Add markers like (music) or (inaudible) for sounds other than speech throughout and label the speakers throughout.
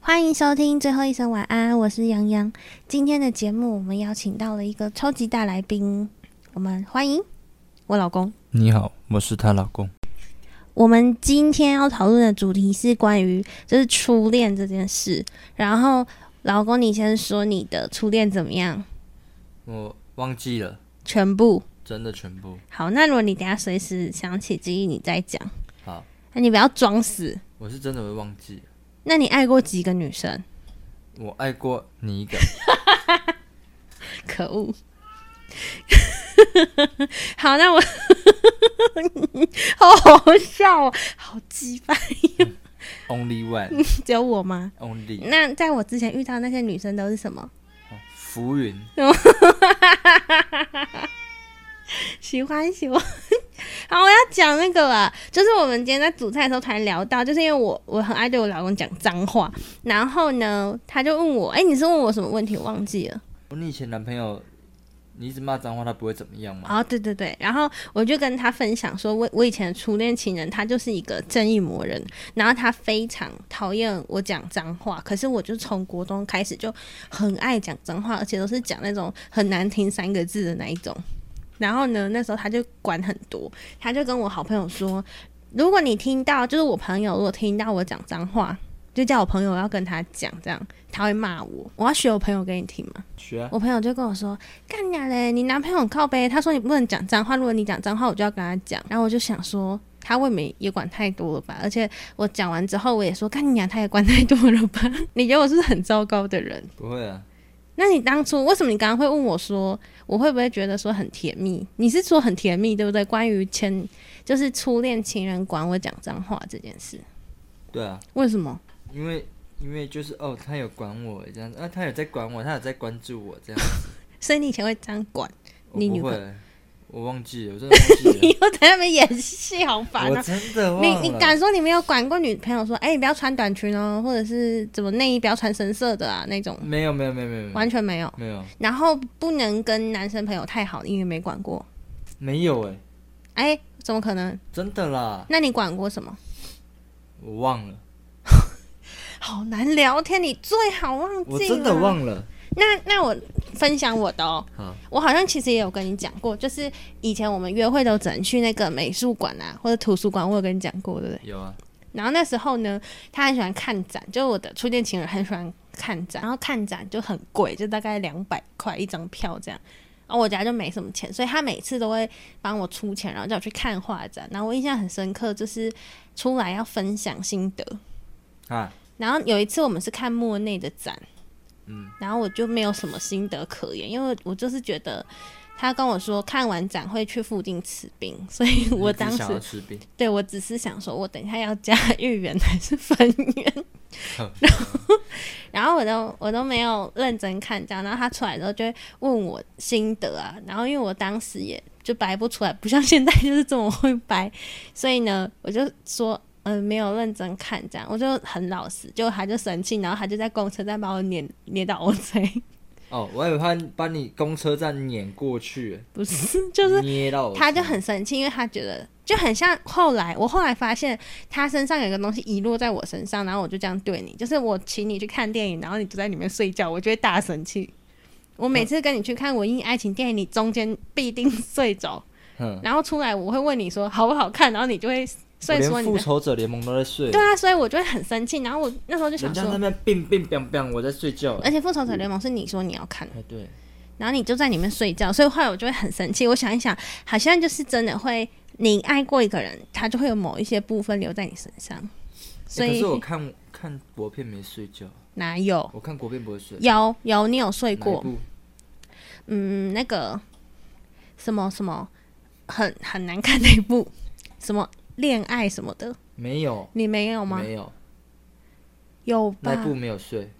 Speaker 1: 欢迎收听最后一声晚安，我是洋洋。今天的节目我们邀请到了一个超级大来宾，我们欢迎我老公。
Speaker 2: 你好，我是她老公。
Speaker 1: 我们今天要讨论的主题是关于就是初恋这件事。然后，老公，你先说你的初恋怎么样？
Speaker 2: 我忘记了，
Speaker 1: 全部
Speaker 2: 真的全部。
Speaker 1: 好。那如果你等一下随时想起记忆，你再讲。
Speaker 2: 好，
Speaker 1: 那你不要装死。
Speaker 2: 我是真的会忘记。
Speaker 1: 那你爱过几个女生？
Speaker 2: 我爱过你一个， (laughs)
Speaker 1: 可恶！ (laughs) 好，那我 (laughs) 好好笑、哦，好鸡巴，
Speaker 2: only one，only
Speaker 1: 只有我吗？那在我之前遇到那些女生都是什么？
Speaker 2: 哦浮云。
Speaker 1: 喜欢喜欢。 (laughs) 好，我要讲那个啦，就是我们今天在煮菜的时候突然聊到，就是因为我我很爱对我老公讲脏话，然后呢，他就问我，哎、你是问我什么问题？我忘记了。
Speaker 2: 哦你以前男朋友，你一直骂脏话，他不会怎么样吗？
Speaker 1: 哦，对对对，然后我就跟他分享说，我我以前的初恋情人，他就是一个正义魔人，然后他非常讨厌我讲脏话，可是我就从国中开始就很爱讲脏话，而且都是讲那种很难听三个字的那一种。然后呢，那时候他就管很多，他就跟我好朋友说，如果你听到，就是我朋友如果听到我讲脏话。就叫我朋友要跟他讲，这样他会骂我。我要学我朋友给你听嘛。
Speaker 2: 学啊、
Speaker 1: 我朋友就跟我说：“干呀嘞，你男朋友很靠背。”他说：“你不能讲脏话，如果你讲脏话，我就要跟他讲。”然后我就想说，他未免也管太多了吧？而且我讲完之后，我也说：“干你呀，他也管太多了吧？” (laughs) 你觉得我是不是很糟糕的人？
Speaker 2: 不会啊，
Speaker 1: 那你当初为什么你刚刚会问我说，我会不会觉得说很甜蜜？你是说很甜蜜对不对？关于前就是初恋情人管我讲脏话这件事，
Speaker 2: 对啊，
Speaker 1: 为什么？
Speaker 2: 因为因为就是哦，他有管我这样子，啊，他有在管我，他有在关注我这 (laughs) 样。
Speaker 1: 所以你以前会这样管？ (laughs)
Speaker 2: 我
Speaker 1: 你
Speaker 2: 不
Speaker 1: 女朋
Speaker 2: 会，我忘记了，我真的忘 (laughs) 记
Speaker 1: 你
Speaker 2: 了，
Speaker 1: 又在那边演戏，好烦啊
Speaker 2: 我！真的忘
Speaker 1: 你
Speaker 2: 了。
Speaker 1: 你敢说你没有管过女朋友说，哎、你不要穿短裙哦，或者是怎么内衣不要穿深色的啊那种，
Speaker 2: 没有？没有没有没有没有
Speaker 1: 完全没有。
Speaker 2: 没有
Speaker 1: 然后不能跟男生朋友太好，因为没管过。
Speaker 2: 没有哎、
Speaker 1: 哎、怎么可能？
Speaker 2: 真的啦，
Speaker 1: 那你管过什么？
Speaker 2: 我忘了，
Speaker 1: 好难聊天，你最好忘记。
Speaker 2: 我真的。忘了。
Speaker 1: 那那我分享我的哦，
Speaker 2: 好，
Speaker 1: 我好像其实也有跟你讲过，就是以前我们约会都只能去那个美术馆啊或者图书馆，我有跟你讲过，对不对？
Speaker 2: 有啊，
Speaker 1: 然后那时候呢，他很喜欢看展，就是我的初恋情人很喜欢看展，然后看展就很贵，就大概两百块一张票这样。然后我家就没什么钱，所以他每次都会帮我出钱，然后叫我去看画展。然后我印象很深刻，就是出来要分享心得。
Speaker 2: 啊，
Speaker 1: 然后有一次我们是看莫内的展，
Speaker 2: 嗯，
Speaker 1: 然后我就没有什么心得可言，因为我就是觉得他跟我说看完展会去附近吃冰，所以我
Speaker 2: 你只
Speaker 1: 当时
Speaker 2: 想要吃冰，
Speaker 1: 对，我只是想说，我等一下要加 (laughs) 芋圆还是粉圆，然后然后我都我都没有认真看这样，然后他出来之后就会问我心得啊，然后因为我当时也就掰不出来，不像现在就是这么会掰，所以呢，我就说。嗯、没有认真看，这样我就很老实，就他就生气，然后他就在公车站把我撵撵到 OJ，
Speaker 2: 哦，我以为他把你公车站碾过去，
Speaker 1: 不是，就是
Speaker 2: 捏到我
Speaker 1: 他就很生气，因为他觉得就很像后来，我后来发现他身上有一个东西遗落在我身上，然后我就这样对你，就是我请你去看电影，然后你就在里面睡觉，我就会大生气。我每次跟你去看文艺爱情电影，你中间必定睡着，
Speaker 2: (laughs) 嗯，
Speaker 1: 然后出来我会问你说好不好看，然后你就会
Speaker 2: 我
Speaker 1: 睡说
Speaker 2: 连
Speaker 1: 你
Speaker 2: 复
Speaker 1: 的。
Speaker 2: 仇者联盟都在睡，
Speaker 1: 对啊，所以我就会很生气，然后我那时候就
Speaker 2: 人
Speaker 1: 想
Speaker 2: 家在那
Speaker 1: 说，
Speaker 2: 边变变变变，我在睡觉。
Speaker 1: 而且《复仇者联盟》是你说你要看的，
Speaker 2: 哎，对，
Speaker 1: 然后你就在里面睡觉，所以后来我就会很生气。我想一想，好像就是真的会，你爱过一个人，他就会有某一些部分留在你身上。所
Speaker 2: 哎可
Speaker 1: 以、
Speaker 2: 是我看看国片没睡觉，
Speaker 1: 哪有？
Speaker 2: 我看国片不会睡。
Speaker 1: 有有，你有睡
Speaker 2: 哪一
Speaker 1: 过？
Speaker 2: 部？
Speaker 1: 嗯，那个什么什么很很难看的一部， (laughs) 什么恋爱什么的，
Speaker 2: 没有，
Speaker 1: 你没有吗？啊
Speaker 2: 没有，
Speaker 1: 有
Speaker 2: 那一
Speaker 1: 吧
Speaker 2: 部？没有睡，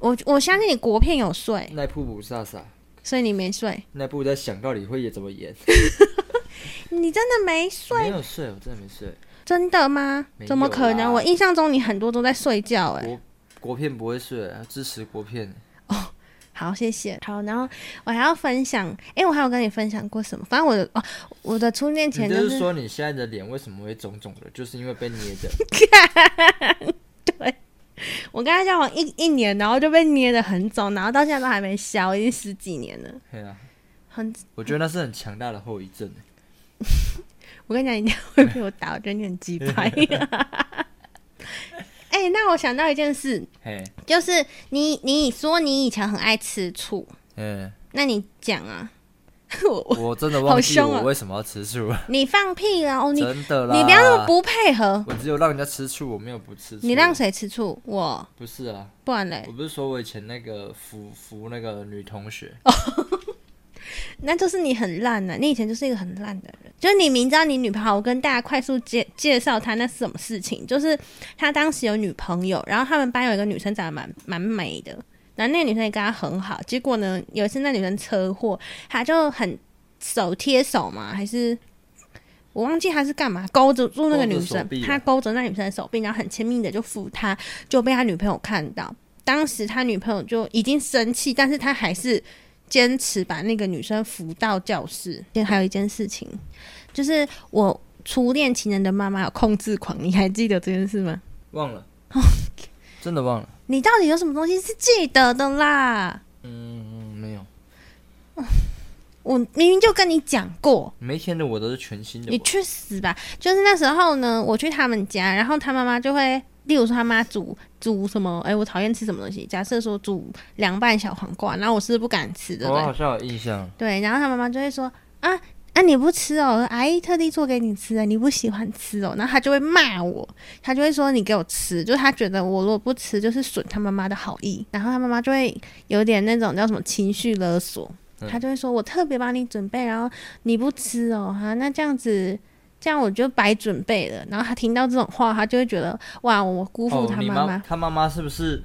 Speaker 1: 我我相信你国片有睡，
Speaker 2: 那一部不飒飒，
Speaker 1: 所以你没睡。
Speaker 2: 那一部在想到底会演怎么演，
Speaker 1: 你真的没
Speaker 2: 没
Speaker 1: 睡？
Speaker 2: 有睡，我真的没睡。
Speaker 1: 真的吗
Speaker 2: 没？有
Speaker 1: 怎么可能？
Speaker 2: 啦
Speaker 1: 我印象中你很多都在睡觉、哎。
Speaker 2: 国国片不会睡，支持国片。
Speaker 1: 好，谢谢。好，然后我还要分享，诶，我还有跟你分享过什么？反正我的哦，我的初恋
Speaker 2: 你
Speaker 1: 前
Speaker 2: 就是
Speaker 1: 是
Speaker 2: 说你现在 (laughs) 的脸为什么会肿肿的，就是因为被捏的。
Speaker 1: 我跟他交往一一年，然后就被捏得很肿，然后到现在都还没消，已经十几年了，
Speaker 2: 对啊，
Speaker 1: 很。
Speaker 2: 我觉得那是很强大的后遗症欸。
Speaker 1: 我跟你讲，你会被我打，我觉得你很鸡
Speaker 2: (laughs)
Speaker 1: 掰。哎、那我想到一件事，
Speaker 2: 欸嘿，
Speaker 1: 就是你你说你以前很爱吃醋，
Speaker 2: 嗯，
Speaker 1: 那你讲啊， (laughs) 我我
Speaker 2: 我真的忘记
Speaker 1: 好凶啊
Speaker 2: 我为什么要吃醋了，
Speaker 1: 你放屁啊！哦，你
Speaker 2: 真的啦。
Speaker 1: 你不要那么，不配合，
Speaker 2: 我只有让人家吃醋，我没有不吃醋。啊
Speaker 1: 你让谁吃醋？我
Speaker 2: 不是啊，
Speaker 1: 不然嘞
Speaker 2: 我，不是说我以前那个服服那个女同学，
Speaker 1: 那就是你很烂啊呢、你以前就是一个很烂的人，就是你明知道你女朋友，我跟大家快速介介绍她那是什么事情，就是她当时有女朋友，然后他们班有一个女生长得蛮蛮美的，然后那个女生也跟她很好，结果呢，有一次那女生车祸，她就很手贴手嘛，还是。我忘记她是干嘛，勾着住那个女
Speaker 2: 勾着手
Speaker 1: 生
Speaker 2: 臂，啊
Speaker 1: 她勾着那女生的手臂，然后很亲密的就扶她，就被他女朋友看到。当时他女朋友就已经生气，但是他还是坚持把那个女生扶到教室。还有一件事情，就是我初恋情人的妈妈有控制狂，你还记得这件事吗？
Speaker 2: 忘 (laughs) 了，真的忘了。
Speaker 1: 你到底有什么东西是记得的啦？
Speaker 2: 嗯，嗯没有，
Speaker 1: 我明明就跟你讲过，
Speaker 2: 每一天的我都是全新的
Speaker 1: 你
Speaker 2: 我。
Speaker 1: 去死吧！就是那时候呢，我去他们家，然后他妈妈就会，例如说他妈煮煮什么，哎、我讨厌吃什么东西。假设说煮凉拌小黄瓜，然后我是不敢吃，对不
Speaker 2: 我
Speaker 1: 对？
Speaker 2: 好像有印象，
Speaker 1: 对，然后他妈妈就会说啊啊你不吃哦，阿姨特地做给你吃的，你不喜欢吃哦，然后他就会骂我，他就会说你给我吃，就是他觉得我如果不吃就是损他妈妈的好意，然后他妈妈就会有点那种叫什么情绪勒索，
Speaker 2: 嗯
Speaker 1: 他就会说我特别帮你准备，然后你不吃哦，哈、那这样子。这样我就白准备了，然后他听到这种话，他就会觉得哇，我辜负
Speaker 2: 哦，
Speaker 1: 他
Speaker 2: 你
Speaker 1: 妈
Speaker 2: 妈
Speaker 1: 妈。
Speaker 2: 他妈妈是不是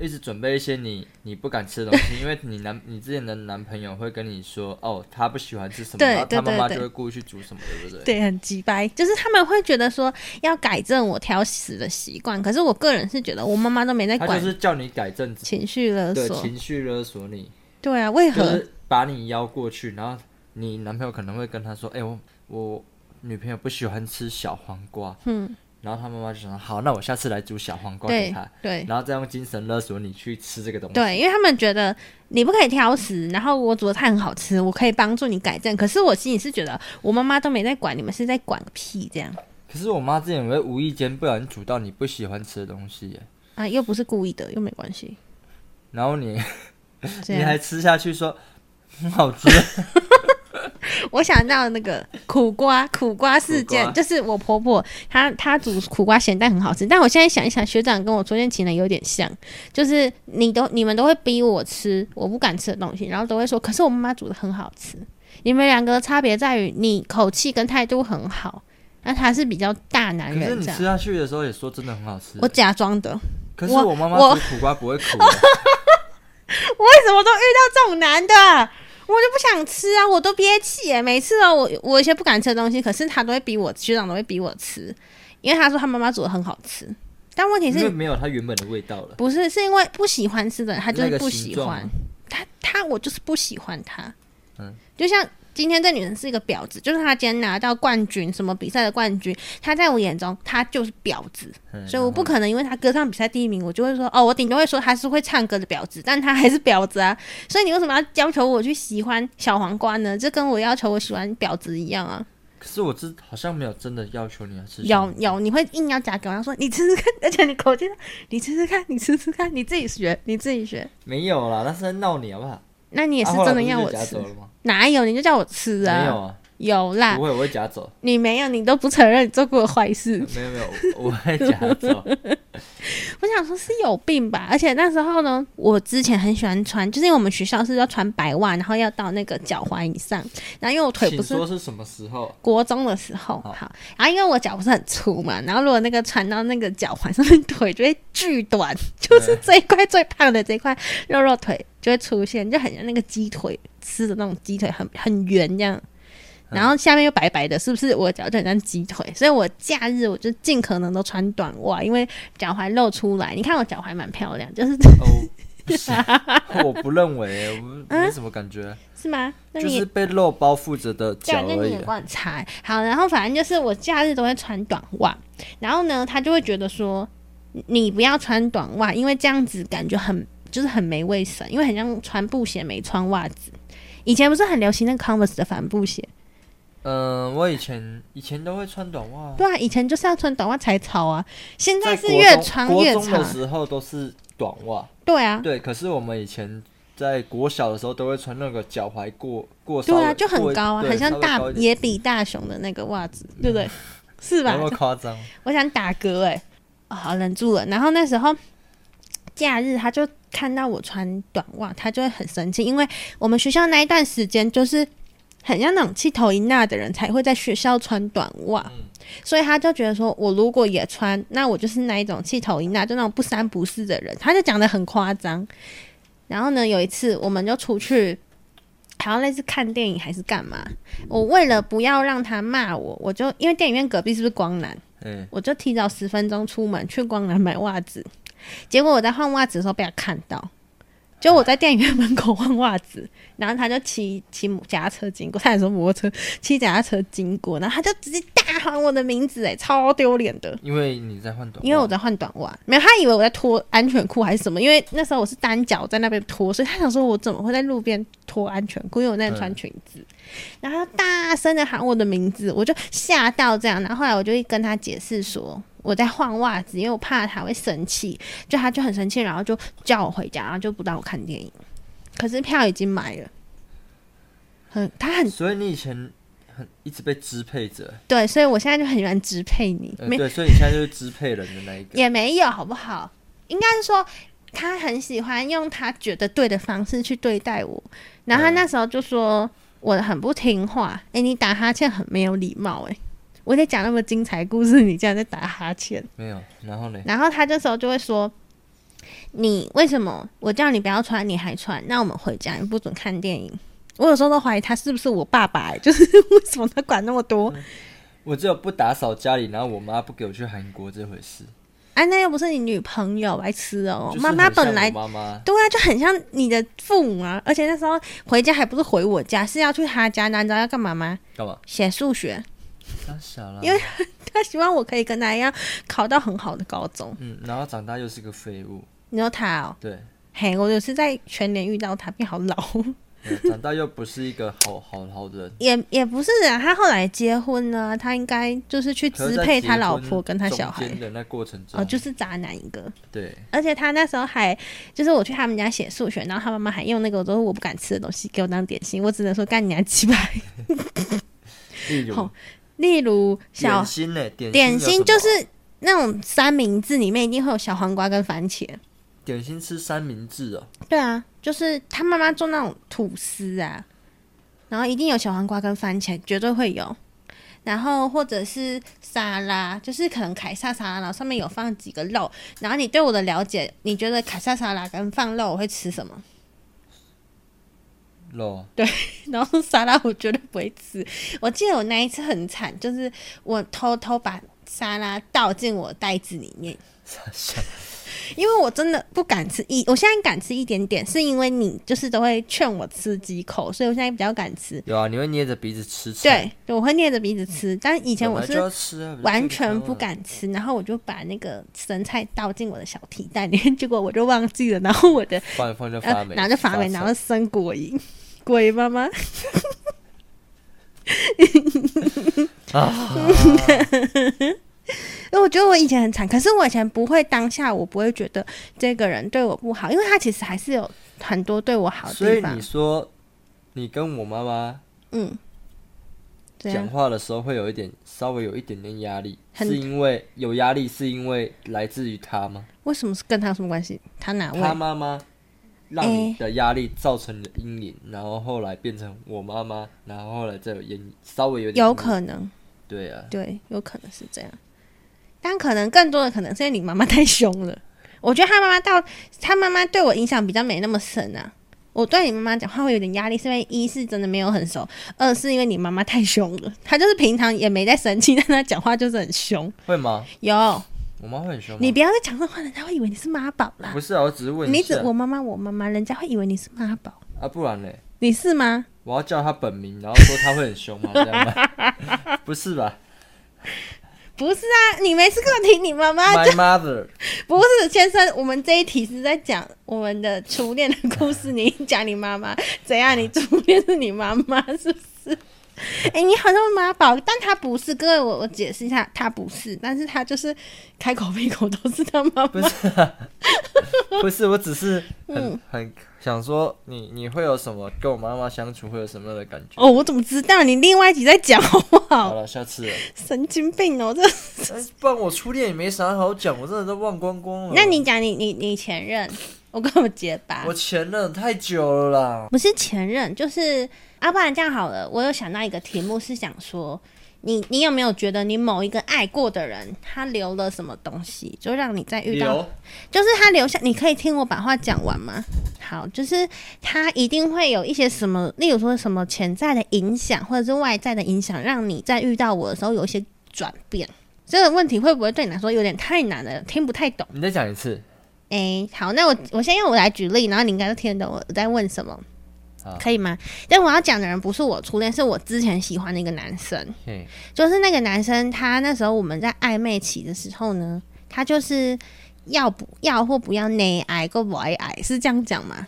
Speaker 2: 一直准备一些你你不敢吃的东西？ (laughs) 因为你男你之前的男朋友会跟你说，哦，他不喜欢吃什么，
Speaker 1: 对
Speaker 2: 然后他
Speaker 1: 对
Speaker 2: 妈妈
Speaker 1: 对
Speaker 2: 就会故意去煮什么，对不对？
Speaker 1: 对，很鸡掰，就是他们会觉得说要改正我挑食的习惯，可是我个人是觉得我妈妈都没在
Speaker 2: 他
Speaker 1: 管，
Speaker 2: 就是叫你改正自己，
Speaker 1: 情绪勒
Speaker 2: 对，
Speaker 1: 索，
Speaker 2: 情绪勒
Speaker 1: (laughs)
Speaker 2: 索你，
Speaker 1: 对啊，为
Speaker 2: 就
Speaker 1: 何？
Speaker 2: 是把你邀过去，然后你男朋友可能会跟他说，哎、我我女朋友不喜欢吃小黄瓜，
Speaker 1: 嗯，
Speaker 2: 然后他妈妈就想说，好，那我下次来煮小黄瓜给
Speaker 1: 对
Speaker 2: 她，
Speaker 1: 对
Speaker 2: 然后再用精神勒索你去吃这个东西。
Speaker 1: 对，因为他们觉得你不可以挑食，然后我煮的菜很好吃，我可以帮助你改正，可是我心里是觉得我妈妈都没在管，你们是在管个屁这样
Speaker 2: 可是我妈之前也会无意间不小心煮到你不喜欢吃的东西耶，
Speaker 1: 啊，又不是故意的，又没关系，
Speaker 2: 然后你
Speaker 1: 这
Speaker 2: 你
Speaker 1: 样
Speaker 2: 还。吃下去说很
Speaker 1: (laughs)
Speaker 2: 好吃，
Speaker 1: 我想到那个苦瓜，苦瓜事
Speaker 2: 苦瓜
Speaker 1: 件，就是我婆婆她她煮苦瓜咸蛋很好吃，但我现在想一想，学长跟我昨天请的有点像，就是你都你们都会逼我吃我不敢吃的东西，然后都会说，可是我妈妈煮的很好吃。你们两个的差别在于你口气跟态度很好，那她是比较大男
Speaker 2: 可是
Speaker 1: 人
Speaker 2: 你
Speaker 1: 这样
Speaker 2: 吃。下去的时候也说真的很好吃
Speaker 1: 我。假装的，为
Speaker 2: 可是
Speaker 1: 我
Speaker 2: 我妈妈
Speaker 1: 我
Speaker 2: 煮苦瓜不会
Speaker 1: (laughs)
Speaker 2: 苦的，
Speaker 1: 什么都遇到这种男的，我就不想吃啊，我都憋气耶。每次哦，我我一些不敢吃的东西，可是他都会逼我，学长都会逼我吃，因为他说他妈妈煮的很好吃。但问题
Speaker 2: 因为
Speaker 1: 是
Speaker 2: 没有它原本的味道了。
Speaker 1: 不是是因为不喜欢吃的人，他就
Speaker 2: 那
Speaker 1: 是
Speaker 2: 个
Speaker 1: 不
Speaker 2: 形
Speaker 1: 喜
Speaker 2: 状
Speaker 1: 欢
Speaker 2: 吗
Speaker 1: 他他我就是不喜欢他。
Speaker 2: 嗯，
Speaker 1: 就像今天这女人是一个婊子，就是她今天拿到冠军，什么比赛的冠军，她在我眼中她就是婊子。
Speaker 2: 嗯
Speaker 1: 所以我不可能因为他歌唱比赛第一名，我就会说哦，我顶多会说他是会唱歌的婊子，但他还是婊子啊。所以你为什么要要求我去喜欢小黄瓜呢？这跟我要求我喜欢婊子一样啊。
Speaker 2: 可是我这好像没有真的要求你要吃什
Speaker 1: 有
Speaker 2: 么。
Speaker 1: 有，你会硬要夹给我，他说你吃吃看，而且你口气说你吃吃看，你吃吃看，你自己学，你自己学。
Speaker 2: 没有啦，那是在闹你好不好？
Speaker 1: 那你也是
Speaker 2: 啊后来
Speaker 1: 真
Speaker 2: 不
Speaker 1: 的
Speaker 2: 是
Speaker 1: 要
Speaker 2: 就
Speaker 1: 我
Speaker 2: 夹
Speaker 1: 吃？
Speaker 2: 走了吗？
Speaker 1: 哪有？你就叫我吃啊？
Speaker 2: 没有啊，
Speaker 1: 有啦
Speaker 2: 不，会，我会夹走。
Speaker 1: 你没有，你都不承认你做过坏事。
Speaker 2: 没有没有，我我会夹走。
Speaker 1: 我想说是有病吧，而且那时候呢，我之前很喜欢穿，就是因为我们学校是要穿白袜，然后要到那个脚踝以上，然后因为我 (laughs) 腿
Speaker 2: 请
Speaker 1: 不是
Speaker 2: 说是什么时候？
Speaker 1: 国中的时候，
Speaker 2: 好
Speaker 1: 好，然后因为我脚不是很粗嘛，然后如果那个传到那个脚踝上面，腿就会巨短，就是这一块最胖的这一块肉肉腿就会出现，就很像那个鸡腿吃的那种鸡腿很，很圆这样。
Speaker 2: 嗯
Speaker 1: 然后下面又白白的，是不是我的脚就很像鸡腿？所以我假日我就尽可能都穿短袜，因为脚踝露出来。你看我脚踝蛮漂亮，就是 (laughs)
Speaker 2: 哦，不是，我不认为，我
Speaker 1: 啊
Speaker 2: 没什么感觉，啊
Speaker 1: 是吗？那
Speaker 2: 就
Speaker 1: 你
Speaker 2: 是被肉包覆着的
Speaker 1: 对，
Speaker 2: 脚
Speaker 1: 那
Speaker 2: 而
Speaker 1: 你
Speaker 2: 已
Speaker 1: 眼
Speaker 2: 啊。
Speaker 1: 光很差欸。好，然后反正就是我假日都会穿短袜，然后呢，他就会觉得说，你不要穿短袜，因为这样子感觉很就是很没卫生，因为很像穿布鞋没穿袜子。以前不是很流行那个 Converse 的帆布鞋？
Speaker 2: 嗯、我以前以前都会穿短袜，
Speaker 1: 对啊，以前就是要穿短袜才潮啊，现在
Speaker 2: 在
Speaker 1: 是
Speaker 2: 国
Speaker 1: 越
Speaker 2: 中
Speaker 1: 穿
Speaker 2: 国
Speaker 1: 越
Speaker 2: 中的
Speaker 1: 长。
Speaker 2: 时候都是短袜，
Speaker 1: 对啊，
Speaker 2: 对。可是我们以前在国小的时候都会穿那个脚踝过过稍微
Speaker 1: 对啊，就
Speaker 2: 过
Speaker 1: 很
Speaker 2: 一
Speaker 1: 高啊，
Speaker 2: 对
Speaker 1: 很像
Speaker 2: 稍微
Speaker 1: 大
Speaker 2: 高一点
Speaker 1: 也比大熊的那个袜子，对不对？是
Speaker 2: 有
Speaker 1: 吧
Speaker 2: 没？有夸张？
Speaker 1: 我想打嗝哎、啊，好忍住了。然后那时候假日，他就看到我穿短袜，他就会很生气，因为我们学校那一段时间就是很像那种气头一捺的人才会在学校穿短袜，
Speaker 2: 嗯
Speaker 1: 所以他就觉得说我如果也穿，那我就是那一种气头一捺，就那种不三不四的人。他就讲的很夸张。然后呢，有一次我们就出去。好像类似看电影还是干嘛？我为了不要让他骂我，我就因为电影院隔壁是不是光南？
Speaker 2: 嗯，
Speaker 1: 我就提早十分钟出门去光南买袜子，结果我在换袜子的时候被他看到，就我在电影院门口换袜子， (laughs) 然后他就骑骑脚踏车经过，他也说摩托车骑脚踏车经过，然后他就直接大喊我的名字，哎，超丢脸的。
Speaker 2: 因为你在换短袜，
Speaker 1: 因为我在换短袜，没有他以为我在脱安全裤还是什么，因为那时候我是单脚在那边脱，所以他想说我怎么会在路边脱安全裤，因为我那天穿裙子，然后他大声的喊我的名字，我就吓到这样，然后后来我就跟他解释说。我在换袜子，因为我怕他会生气，就他就很生气，然后就叫我回家，然后就不让我看电影。可是票已经买了，很他很
Speaker 2: (laughs) 所以你以前很一直被支配着，
Speaker 1: 对，所以我现在就很喜欢支配你，
Speaker 2: 呃，
Speaker 1: 没
Speaker 2: 对，所以你现在就是支配人的那一
Speaker 1: (laughs)
Speaker 2: 个。
Speaker 1: 也没有，好不好？应该是说他很喜欢用他觉得对的方式去对待我，然后他
Speaker 2: 嗯
Speaker 1: 那时候就说我很不听话，诶，你打哈欠很没有礼貌、诶，我在讲那么精彩故事，你竟然在打哈欠，
Speaker 2: 没有，然后呢？
Speaker 1: 然后他这时候就会说。你为什么我叫你不要穿，你还穿？那我们回家，你不准看电影。我有时候都怀疑他是不是我爸爸、诶就是 (laughs) 为什么他管那么多？
Speaker 2: 嗯我只有不打扫家里，然后我妈不给我去韩国这回事。
Speaker 1: 哎、那又不是你女朋友，白痴哦、
Speaker 2: 就是
Speaker 1: 妈
Speaker 2: 很
Speaker 1: 妈
Speaker 2: 像我
Speaker 1: 本来
Speaker 2: 妈妈，
Speaker 1: 对啊，就很像你的父母啊，而且那时候回家还不是回我家，是要去他家。那你知道要干嘛吗？
Speaker 2: 干嘛？
Speaker 1: 写数学。 (laughs)
Speaker 2: 太小了。
Speaker 1: 因为他希望我可以跟他一样考到很好的高中。
Speaker 2: 嗯，然后长大又是个废物，
Speaker 1: 你说他哦， (laughs)
Speaker 2: 对，
Speaker 1: 嘿，我有是在全年遇到他，变好老， (laughs)
Speaker 2: 呃长大又不是一个好好好的人。
Speaker 1: 也也不是啊。他后来结婚了，他应该就是去
Speaker 2: 可是
Speaker 1: 支
Speaker 2: 在
Speaker 1: 配
Speaker 2: 结
Speaker 1: 他老
Speaker 2: 婚
Speaker 1: 婆跟他小
Speaker 2: 中
Speaker 1: 孩
Speaker 2: 间。的那过程中，
Speaker 1: 哦，就是渣男一个，
Speaker 2: 对，
Speaker 1: 而且他那时候还就是我去他们家写数学，然后他妈妈还用那个我都我不敢吃的东西给我当点心，我只能说干你娘鸡巴。 (laughs)
Speaker 2: 例如
Speaker 1: 好例如小
Speaker 2: 点心呢，点
Speaker 1: 点
Speaker 2: 心有什
Speaker 1: 心
Speaker 2: 么
Speaker 1: 就是那种三明治里面一定会有小黄瓜跟番茄。
Speaker 2: 点心吃三明治哦，
Speaker 1: 对啊，就是他妈妈做那种吐司啊，然后一定有小黄瓜跟番茄，绝对会有。然后或者是沙拉，就是可能凯撒沙拉，然后上面有放几个肉。然后你对我的了解，你觉得凯撒沙拉跟放肉我会吃什么？ (laughs)
Speaker 2: 肉
Speaker 1: 然后沙拉我绝对不会吃。我记得我那一次很惨，就是我偷偷把沙拉倒进我袋子里面，
Speaker 2: 傻笑
Speaker 1: 因为我真的不敢吃一，我现在敢吃一点点，是因为你就是都会劝我吃几口，所以我现在比较敢吃。
Speaker 2: 有啊，你会捏着鼻子吃吃。
Speaker 1: 对，我会捏着鼻子吃，但以
Speaker 2: 以
Speaker 1: 前我
Speaker 2: 嗯就是要吃啊
Speaker 1: 完全不。敢吃，然后我就把那个生菜倒进我的小提袋里面，结果我就忘记了，然后我的
Speaker 2: 放一放就
Speaker 1: 呃
Speaker 2: 发，霉，
Speaker 1: 然后就发霉，然后生果蝇， (laughs) 果蝇妈妈，
Speaker 2: 臭 (laughs) 啊，
Speaker 1: (laughs) 因为我觉得我以前很惨，可是我以前不会当下，我不会觉得这个人对我不好，因为他其实还是有很多对我好的
Speaker 2: 所以
Speaker 1: 地方
Speaker 2: 你。说你跟我妈妈
Speaker 1: 嗯，对啊
Speaker 2: 讲，话的时候会有一点稍微有一点点压力，
Speaker 1: 很
Speaker 2: 是因为有压力是因为来自于她吗？
Speaker 1: 为什么是跟他有什么关系？他哪位？
Speaker 2: 她妈妈让你的压力造成了阴影，然后后来变成我妈妈，然后后来再有阴稍微有点
Speaker 1: 有
Speaker 2: 阴影
Speaker 1: 可能，
Speaker 2: 对啊，
Speaker 1: 对，有可能是这样，但可能更多的可能是因为你妈妈太凶了。 (laughs) 我觉得他妈妈到他妈妈对我影响比较没那么深啊。我对你妈妈讲话会有点压力，是因为一是真的没有很熟，二是因为你妈妈太凶了。她就是平常也没在生气，但她讲话就是很凶。
Speaker 2: 会吗？
Speaker 1: 有，
Speaker 2: 我妈会很凶吗？
Speaker 1: 你不要再讲这话，人家会以为你是妈宝啦
Speaker 2: 不。是啊，我只是问
Speaker 1: 你
Speaker 2: 一
Speaker 1: 只
Speaker 2: 下
Speaker 1: 我妈妈我妈妈，人家会以为你是妈宝，
Speaker 2: 啊，不然嘞，
Speaker 1: 你是吗？
Speaker 2: 我
Speaker 1: (laughs)
Speaker 2: 要叫她本名，然后说她会很凶吗？这样吗？不是吧？
Speaker 1: 不是啊，你没吃过题，你妈妈
Speaker 2: ？My mother，
Speaker 1: 不是先生，我们这一题是在讲我们的初恋的故事，你讲你妈妈怎样？你初恋是你妈妈是不是？ (laughs) 哎、你好像妈宝，但他不是。各位，我我解释一下，他不是，但是他就是开口闭口都是他妈
Speaker 2: 不
Speaker 1: 妈。
Speaker 2: 是啊，不是，我只是
Speaker 1: 嗯
Speaker 2: 很很想说你你会有什么跟我妈妈相处会有什么样的感觉？
Speaker 1: 哦，我怎么知道？你另外一集再讲好不
Speaker 2: 好
Speaker 1: 好？
Speaker 2: 了，
Speaker 1: (laughs)
Speaker 2: 下次了。
Speaker 1: 神经病哦，这。
Speaker 2: 哎不然我初恋也没啥好讲，我真的都忘光光了。
Speaker 1: 那你讲你你你前任，我跟我结巴
Speaker 2: 我。前任太久了啦，
Speaker 1: 不是前任，就是啊，不然这样好了，我有想到一个题目是想说，你你有没有觉得你某一个爱过的人，他留了什么东西，就让你再遇到，
Speaker 2: 留
Speaker 1: 就是他留下，你可以听我把话讲完吗？好，就是他一定会有一些什么，例如说什么潜在的影响，或者是外在的影响，让你在遇到我的时候有一些转变。这个问题会不会对你来说有点太难了，听不太懂？
Speaker 2: 你再讲一次。
Speaker 1: 诶，好，那我我先用我来举例，然后你应该就听得懂我在问什么
Speaker 2: 好，
Speaker 1: 可以吗？但我要讲的人不是我初恋，是我之前喜欢的一个男生，
Speaker 2: 嘿，
Speaker 1: 就是那个男生，他那时候我们在暧昧期的时候呢，他就是要不要或不要内爱够不爱爱，是这样讲吗？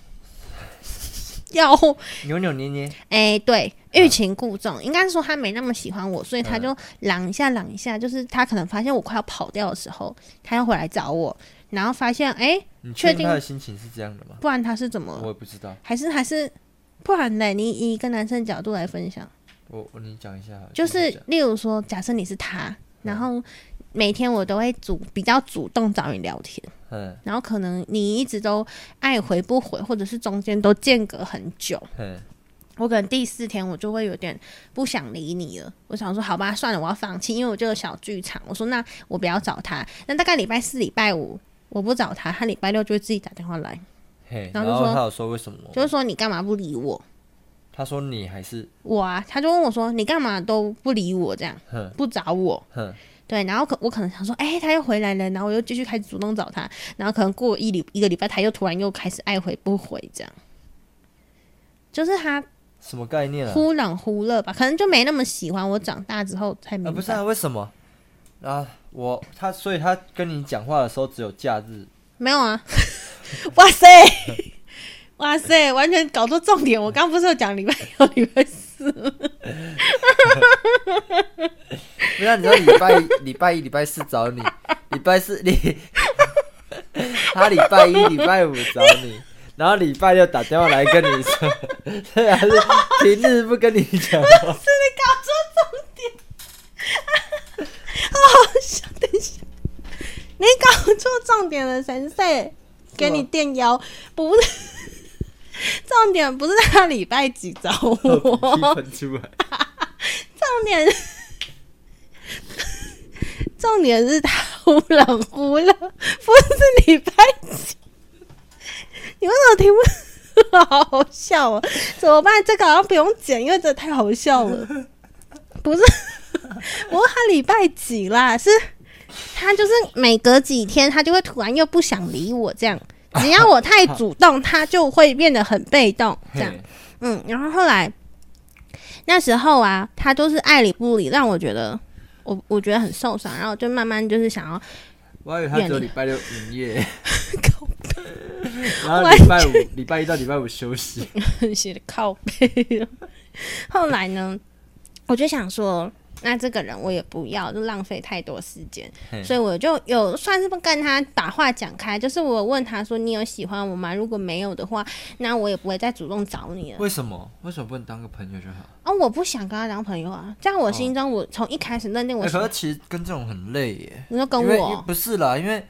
Speaker 1: 要或
Speaker 2: 扭扭捏捏，
Speaker 1: 哎、对，欲擒故纵，应该是说他没那么喜欢我，所以他就嚷一下嚷一下，就是他可能发现我快要跑掉的时候，他又回来找我，然后发现哎。
Speaker 2: 你
Speaker 1: 确
Speaker 2: 确
Speaker 1: 定
Speaker 2: 定他的心情是这样的吗？
Speaker 1: 不然他是怎么
Speaker 2: 我也不知道，
Speaker 1: 还是还是，不然呢？你以一个男生角度来分享，
Speaker 2: 我我你讲一下好了，
Speaker 1: 就
Speaker 2: 你
Speaker 1: 是
Speaker 2: 讲
Speaker 1: 例如说，假设你是他，然后每天我都会主比较主动找你聊天，
Speaker 2: 嗯
Speaker 1: 然后可能你一直都爱回不回，或者是中间都间隔很久，
Speaker 2: 嗯，
Speaker 1: 我可能第四天我就会有点不想理你了。我想说，好吧，算了，我要放弃，因为我就有小剧场。我说，那我不要找他。那大概礼拜四、礼拜五我不找他，他礼拜六就会自己打电话来，
Speaker 2: 嘿，
Speaker 1: 然
Speaker 2: 然
Speaker 1: 后就说
Speaker 2: 后他有说为什么？
Speaker 1: 就是说你干嘛不理我？
Speaker 2: 他说你还是
Speaker 1: 我啊，他就问我说：“你干嘛都不理我这样，
Speaker 2: 哼
Speaker 1: 不找我
Speaker 2: 哼，？”
Speaker 1: 对，然后可我可能想说：“哎、他又回来了。”然后我又继续开始主动找他，然后可能过一礼一个礼拜，他又突然又开始爱回不回这样，就是他
Speaker 2: 什么概念啊？
Speaker 1: 忽冷忽热吧，可能就没那么喜欢我。长大之后才明白，
Speaker 2: 啊，不是啊，为什么？啊，我他，所以他跟你讲话的时候只有假日，
Speaker 1: 没有
Speaker 2: (laughs)
Speaker 1: 啊，哇塞， (laughs) 哇塞，完全搞错重点。我刚不是有讲礼拜六、礼拜四吗？
Speaker 2: 不啊然你知道礼拜 (laughs) 一、礼拜一、礼拜四找你，礼拜四 (laughs) 你，他礼拜一、礼拜五找你，然后礼拜六打电话来跟你说， (laughs) 对啊，是平日不跟你讲话，
Speaker 1: 是你搞错重点， (laughs) 好好笑。等一下，你搞错重点了，神社给你垫腰，不是 (laughs) 重点，不是他礼拜几找
Speaker 2: 我
Speaker 1: 我，
Speaker 2: 喷出来，
Speaker 1: 重点是。重点是他忽冷忽热，不是礼拜几？你为什么听不？好好笑哦！怎么办？这个好像不用剪，因为这太好笑了。不是，不是他礼拜几啦？是他就是每隔几天，他就会突然又不想理我这样。只要我太主动，他就会变得很被动 (laughs) 这样。
Speaker 2: 嘿
Speaker 1: 嗯，然后后来那时候啊，他就是爱理不理，让我觉得我我觉得很受伤，然后就慢慢就是想要 (laughs)
Speaker 2: 我还以为他只有礼拜六营业，然后
Speaker 1: 完
Speaker 2: 礼拜五、礼拜一到礼拜五休息，
Speaker 1: 写的靠背。后来呢，我就想说，那这个人我也不要，就浪费太多时间，
Speaker 2: 嘿
Speaker 1: 所以我就有算是跟他把话讲开，就是我问他说：“你有喜欢我吗？”如果没有的话，那我也不会再主动找你了。
Speaker 2: 为什么？为什么不能当个朋友就好？
Speaker 1: 哦，我不想跟他当朋友啊，在我心中，我从一开始认定我
Speaker 2: 哦哎，
Speaker 1: 喜
Speaker 2: 可
Speaker 1: 欢
Speaker 2: 是其实跟这种很累耶。
Speaker 1: 你说跟
Speaker 2: 因为
Speaker 1: 我
Speaker 2: 不是啦，因为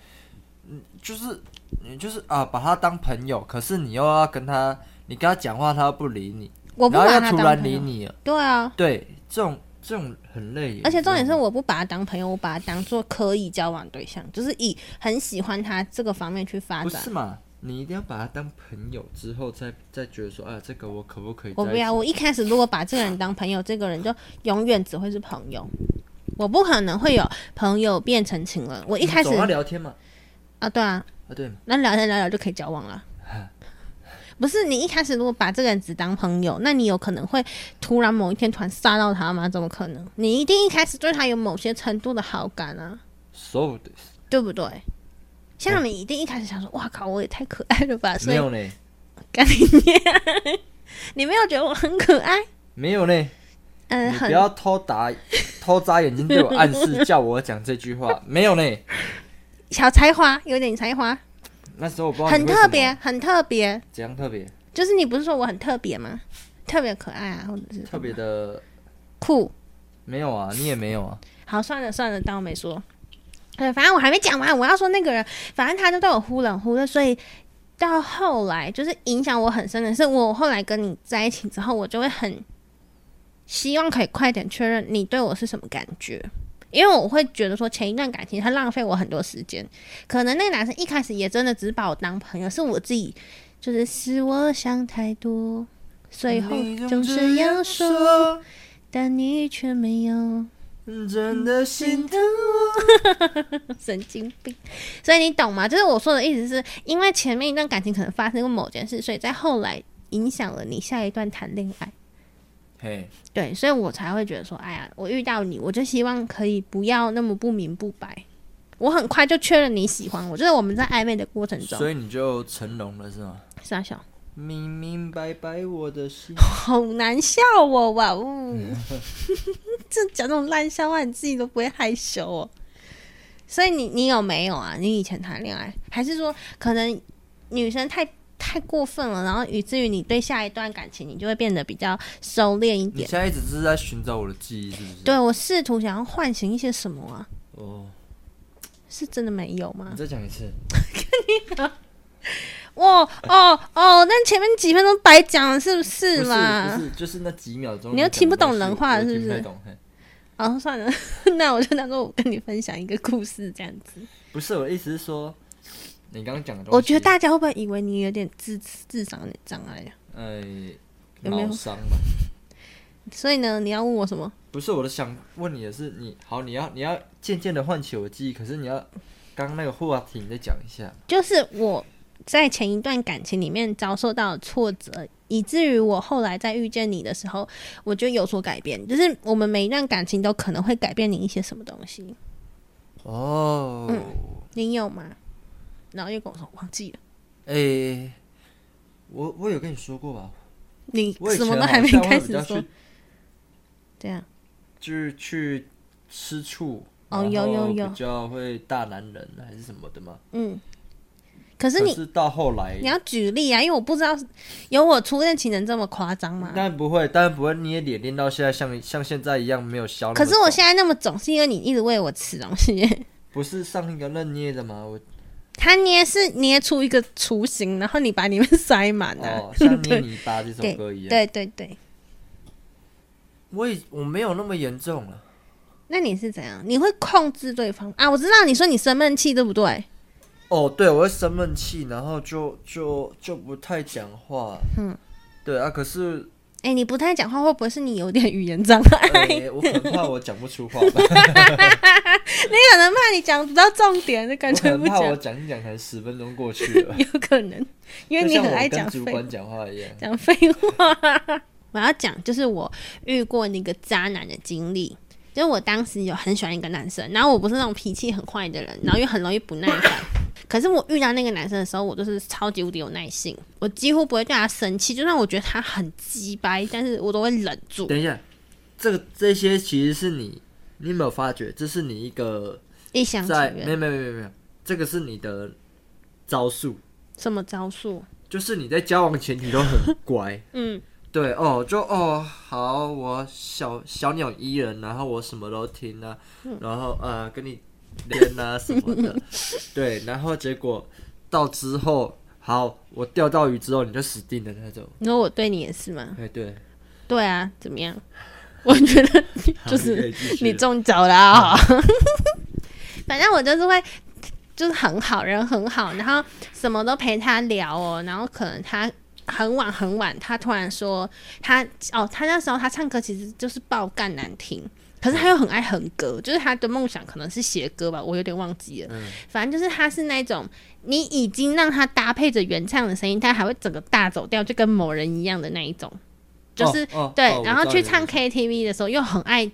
Speaker 2: 嗯，就是你就是啊，把他当朋友，可是你又要跟他，你跟他讲话，他又不理你，
Speaker 1: 我不
Speaker 2: 然后
Speaker 1: 把
Speaker 2: 又
Speaker 1: 他
Speaker 2: 突
Speaker 1: 当
Speaker 2: 然
Speaker 1: 朋
Speaker 2: 理
Speaker 1: 友，
Speaker 2: 你了，
Speaker 1: 对啊，
Speaker 2: 对，这种这种很累耶。
Speaker 1: 而且重点是
Speaker 2: 你知道吗，
Speaker 1: 我不把他当朋友，我把他当做可以交往对象，就是以很喜欢他这个方面去发
Speaker 2: 不
Speaker 1: 展
Speaker 2: 是。嘛？你一定要把他当朋友之后再，再觉得说，啊，这个我可不可以在
Speaker 1: 我
Speaker 2: 一起？
Speaker 1: 不要，我一开始如果把这个人当朋友，这个人就永远只会是朋友。我不可能会有朋友变成情人。我一
Speaker 2: 你
Speaker 1: 开始
Speaker 2: 总要聊天嘛，
Speaker 1: 啊，对啊，
Speaker 2: 啊对嘛， (laughs)
Speaker 1: 那聊天聊聊就可以交往了。不是你一开始如果把这个人只当朋友，那你有可能会突然某一天突然杀到他吗？怎么可能？你一定一开始对他有某些程度的好感啊，
Speaker 2: そうです。
Speaker 1: 对不对？像你一定一开始想说，哇靠，我也太可爱了吧，所
Speaker 2: 嗯没
Speaker 1: 以
Speaker 2: 有呢，
Speaker 1: 干你娘！ (laughs) 你没有觉得我很可爱？
Speaker 2: 没有呢。
Speaker 1: 嗯，
Speaker 2: 你
Speaker 1: 很
Speaker 2: 不要偷打偷眨眼睛对我暗示，
Speaker 1: (laughs)
Speaker 2: 叫我讲这句话。没有呢，
Speaker 1: 小才华，有点才华，
Speaker 2: 那时候我不知道你
Speaker 1: 很
Speaker 2: 为什么
Speaker 1: 特别，，很特别。
Speaker 2: 怎样特别？
Speaker 1: 就是你不是说我很特别吗？特别可爱啊，或者是
Speaker 2: 特别的
Speaker 1: 酷。
Speaker 2: 没有啊，你也没有啊。
Speaker 1: 好，算了算了，当我没说。对，反正我还没讲完，我要说那个人，反正他就对我忽冷忽热，所以到后来就是影响我很深的是，我后来跟你在一起之后，我就会很希望可以快点确认你对我是什么感觉，因为我会觉得说前一段感情他浪费我很多时间，可能那个男生一开始也真的只把我当朋友，是我自己就是是我想太多，最后总是要说，
Speaker 2: 说，
Speaker 1: 但你却没有。
Speaker 2: 真的心疼
Speaker 1: 神经病。所以你懂吗？就是我说的意思是，因为前面一段感情可能发生过某件事，所以在后来影响了你下一段谈恋爱。
Speaker 2: 嘿，
Speaker 1: 对，所以我才会觉得说，哎呀，我遇到你，我就希望可以不要那么不明不白。我很快就确认你喜欢我，就是我们在暧昧的过程中啊
Speaker 2: 所，以你就成龙了是吗？
Speaker 1: 傻笑，
Speaker 2: 明明白白我的心，
Speaker 1: 好难笑哦，哇呜！
Speaker 2: 嗯
Speaker 1: (laughs) 这讲这种烂笑话，你自己都不会害羞哦。所以你你有没有啊？你以前谈恋爱，还是说可能女生太太过分了，然后以至于你对下一段感情，你就会变得比较收敛一
Speaker 2: (laughs) 你
Speaker 1: 点？
Speaker 2: 现在一直是在寻找我的记忆，是不是？
Speaker 1: 对我试图想要唤醒一些什么啊？
Speaker 2: 哦，
Speaker 1: 是真的没有吗
Speaker 2: 你？再讲一次。
Speaker 1: 哦哦哦，那前面几分钟白讲了，是不是
Speaker 2: 不
Speaker 1: 啦？
Speaker 2: 不是，就是那几秒钟
Speaker 1: 你又
Speaker 2: 讲的
Speaker 1: 听不懂
Speaker 2: 东西
Speaker 1: 人话
Speaker 2: 我又
Speaker 1: 是不
Speaker 2: 听太
Speaker 1: 是
Speaker 2: 懂嘿
Speaker 1: 哦，算了， (laughs) 那我就当做我跟你分享一个故事这样子。
Speaker 2: 不是我的意思是说，你刚刚讲的东西，
Speaker 1: 我觉得大家会不会以为你有点智智商有点障碍啊？
Speaker 2: 呃，
Speaker 1: 有没有
Speaker 2: 脑伤吧？
Speaker 1: 所以呢，你要问我什么？
Speaker 2: 不是我的想问你的是，你好，你要你要渐渐的唤起我的记忆，可是你要刚刚那个话题你再讲一下，
Speaker 1: 就是我在前一段感情里面遭受到的挫折，以至于我后来在遇见你的时候，我就有所改变。就是我们每一段感情都可能会改变你一些什么东西，
Speaker 2: 哦，
Speaker 1: 你有吗？然后又跟我说忘记了，
Speaker 2: 诶、哎我我有跟你说过吧？
Speaker 1: 你
Speaker 2: 我以
Speaker 1: 什
Speaker 2: 前
Speaker 1: 么
Speaker 2: 好
Speaker 1: 都还
Speaker 2: 像
Speaker 1: 没
Speaker 2: 会
Speaker 1: 开
Speaker 2: 比
Speaker 1: 始
Speaker 2: 较
Speaker 1: 说
Speaker 2: 去，
Speaker 1: 这样
Speaker 2: 就是去吃醋，
Speaker 1: 哦
Speaker 2: 然
Speaker 1: 有有
Speaker 2: 后
Speaker 1: 有
Speaker 2: 比较会大男人还是什么的嘛？
Speaker 1: 嗯。可是
Speaker 2: 可
Speaker 1: 你
Speaker 2: 是到后来
Speaker 1: 你要举例啊，因为我不知道有我初恋情人这么夸张吗？
Speaker 2: 当然不会，当然不会，你也脸练到现在像像现在一样没有消那么
Speaker 1: 可
Speaker 2: 重。
Speaker 1: 是我现在那么肿，是因为你一直喂我吃东西。
Speaker 2: 不是上一个认捏的
Speaker 1: (laughs)
Speaker 2: 吗？我
Speaker 1: 它捏是捏出一个雏形，然后你把里面塞满啊。
Speaker 2: 哦，像捏泥巴这
Speaker 1: (laughs) 对
Speaker 2: 首歌一样。
Speaker 1: 对对对，
Speaker 2: 我已我没有那么严重啊了。
Speaker 1: 那你是怎样？你会控制对方啊？我知道你说你生闷气，对不对？
Speaker 2: 哦，对，我会生闷气，然后就就就不太讲话。嗯，对啊，可是、
Speaker 1: 哎，你不太讲话，会不会是你有点语言障碍？ (laughs)
Speaker 2: 呃、我很怕我讲不出话吧，
Speaker 1: 你可能怕你讲不到重点，就感
Speaker 2: 我
Speaker 1: 觉
Speaker 2: 很
Speaker 1: 不
Speaker 2: 怕我
Speaker 1: 讲，
Speaker 2: 讲一讲，可能十分钟过去了，
Speaker 1: 有可能，因为
Speaker 2: 就
Speaker 1: 你
Speaker 2: 像
Speaker 1: 很爱
Speaker 2: 我
Speaker 1: 讲
Speaker 2: 跟主
Speaker 1: 废
Speaker 2: 管讲话一样。
Speaker 1: 讲废话。 (laughs) 我要讲就是我遇过那个渣男的经历，就是我当时有很喜欢一个男生，然后我不是那种脾气很坏的人，然后又很容易不耐
Speaker 2: (laughs)
Speaker 1: 烦。可是我遇到那个男生的时候，我就是超级无敌有耐性，我几乎不会对他生气，就算我觉得他很鸡掰，但是我都会忍住，
Speaker 2: 等一下，这个这些其实是你，你有没有发觉？这是你一个
Speaker 1: 一厢情
Speaker 2: 在没
Speaker 1: 愿。
Speaker 2: 有没有没有没有，这个是你的招数，
Speaker 1: 什么招数？
Speaker 2: 就是你在交往前你都很乖，
Speaker 1: 嗯，
Speaker 2: 对哦，就哦好，我小小鸟依人，啊然后我什么都听啊，
Speaker 1: 嗯
Speaker 2: 然后呃跟你连啊什么的，对，然后结果到之后，好，我钓到鱼之后你就死定了那种，
Speaker 1: 你说我对你也是吗？
Speaker 2: 哎对，
Speaker 1: 对啊，怎么样？ (laughs) 我觉得
Speaker 2: 好
Speaker 1: 就
Speaker 2: 你可
Speaker 1: 是
Speaker 2: 以继续
Speaker 1: 你中奖了啊、
Speaker 2: 嗯
Speaker 1: (laughs) 反正我就是会，就是很好人很好，然后什么都陪他聊哦，然后可能他。很晚很晚，他突然说他哦，他那时候他唱歌其实就是爆干难听，可是他又很爱哼歌，就是他的梦想可能是写歌吧，我有点忘记了。
Speaker 2: 嗯
Speaker 1: 反正就是他是那种你已经让他搭配着原唱的声音，他还会整个大走调，就跟某人一样的那一种，就是、
Speaker 2: 哦哦
Speaker 1: 对。
Speaker 2: 哦我
Speaker 1: 然后去
Speaker 2: 知道你的
Speaker 1: 唱
Speaker 2: 意思
Speaker 1: KTV 的时候又很爱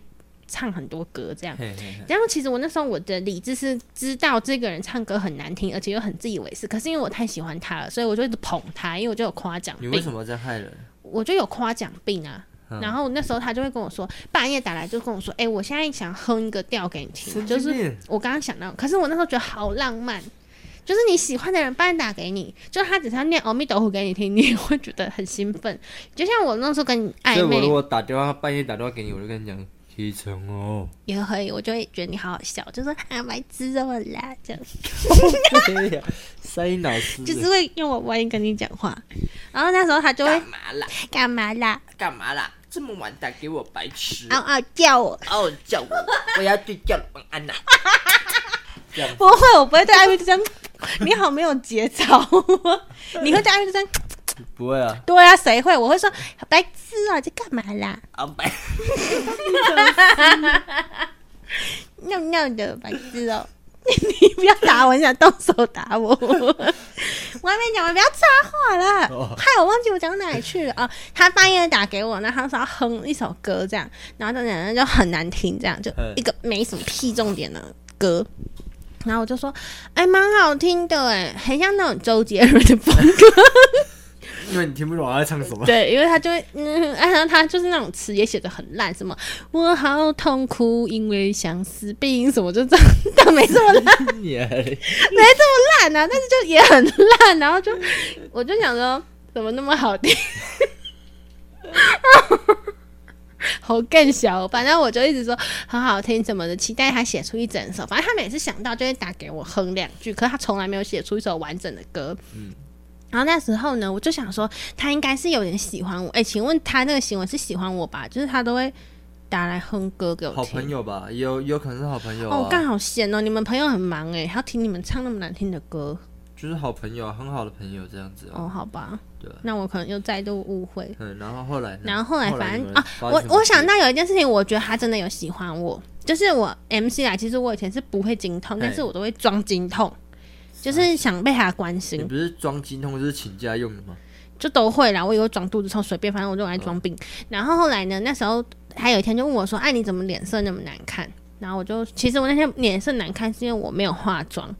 Speaker 1: 唱很多歌这样。
Speaker 2: 嘿嘿嘿
Speaker 1: 然后其实我那时候我的理智是知道这个人唱歌很难听，而且又很自以为是。可是因为我太喜欢他了，所以我就一直捧他，因为我就有夸奖
Speaker 2: 你
Speaker 1: 病
Speaker 2: 为，什么在害人？
Speaker 1: 我就有夸奖病啊。
Speaker 2: 嗯
Speaker 1: 然后那时候他就会跟我说，半夜打来就跟我说：“哎、我现在想哼一个调给你听，
Speaker 2: 神
Speaker 1: 就是
Speaker 2: 经病
Speaker 1: 我刚刚想到，可是我那时候觉得好浪漫，就是你喜欢的人半夜打给你，就是他只是要念阿弥陀佛给你听，你也会觉得很兴奋。就像我那时候跟你
Speaker 2: 所
Speaker 1: 暧
Speaker 2: 以我如
Speaker 1: 昧
Speaker 2: 果打电话半夜打电话给你，我就跟你讲起床哦。 (laughs)
Speaker 1: 也可以，我就会觉得你好好笑，就说啊白痴哦啦，这样
Speaker 2: 哎声音老师
Speaker 1: 就是会用我外音跟你讲话。然后那时候他就
Speaker 2: 啊
Speaker 1: 会啊
Speaker 3: 嘛啦？
Speaker 1: 干嘛啦，
Speaker 3: 干嘛啦？这么晚打给我白痴！
Speaker 1: 嗷嗷啊叫我，
Speaker 3: 哦，叫我，我要睡觉了，晚安啦。
Speaker 1: 不会，我不会对暧昧就这样。 (laughs) 你好，没有节操， (laughs) 你会对暧昧就这样。
Speaker 2: 不会啊，
Speaker 1: 对啊，谁会？我会说白痴啊，在干嘛啦？
Speaker 3: 哦，白，
Speaker 1: 尿尿的白痴哦、 (laughs) 你不要打我，你想动手打我？ (laughs) 我还没讲完，不要插话啦！
Speaker 2: 哦
Speaker 1: 害我忘记我讲哪里去了哦。他半夜打给我，然后他说要哼一首歌这样，然后那两人就很难听，这样就
Speaker 2: 嗯
Speaker 1: 一个没什么屁重点的歌。然后我就说，哎、蛮好听的哎，很像那种周杰伦的风格。
Speaker 2: 因为你听不懂我在唱什
Speaker 3: (laughs)
Speaker 2: 么。
Speaker 1: 对，因为他就会，嗯，然后他就是那种词也写的很烂，什么我好痛苦，因为相思病什么，就这样，但没这么烂。没
Speaker 2: 你
Speaker 1: 这么烂啊，但是就也很烂，啊然后就我就想说，怎么那么好听？ (laughs) 好更小，哦反正我就一直说很好听什么的，期待他写出一整首。反正他每次想到就会打给我哼两句，可是他从来没有写出一首完整的歌。
Speaker 2: 嗯
Speaker 1: 然后那时候呢，我就想说他应该是有点喜欢我。哎、请问他那个行为是喜欢我吧？就是他都会打来哼歌给我
Speaker 2: 好
Speaker 1: 听
Speaker 2: 朋。友吧，有有可能是好朋友
Speaker 1: 哦，干
Speaker 2: 啊，
Speaker 1: 好闲哦！你们朋友很忙哎，还要听你们唱那么难听的歌。
Speaker 2: 就是好朋友啊，很好的朋友这样子啊。
Speaker 1: 哦，好吧，
Speaker 2: 对啊
Speaker 1: 那我可能又再度误会。
Speaker 2: 嗯，然后后来呢，
Speaker 1: 然后后来反
Speaker 2: 你
Speaker 1: 正
Speaker 2: 们
Speaker 1: 啊，
Speaker 2: 发生
Speaker 1: 我
Speaker 2: 什么
Speaker 1: 我想
Speaker 2: 事
Speaker 1: 到有一件事情，我觉得他真的有喜欢我，就是我 MC 啊，其实我以前是不会经痛，但
Speaker 2: 嘿
Speaker 1: 是我都会装经痛，就是想被他关
Speaker 2: 你
Speaker 1: 心，
Speaker 2: 不是装精通，就是请假用的吗？
Speaker 1: 就都会啦。我以为装肚子痛，随便，反正我就爱
Speaker 2: 嗯
Speaker 1: 装病。然后后来呢，那时候还有一天就问我说：“哎、你怎么脸色那么难看？”然后我就其实我那天脸色难看是因为我没有化妆，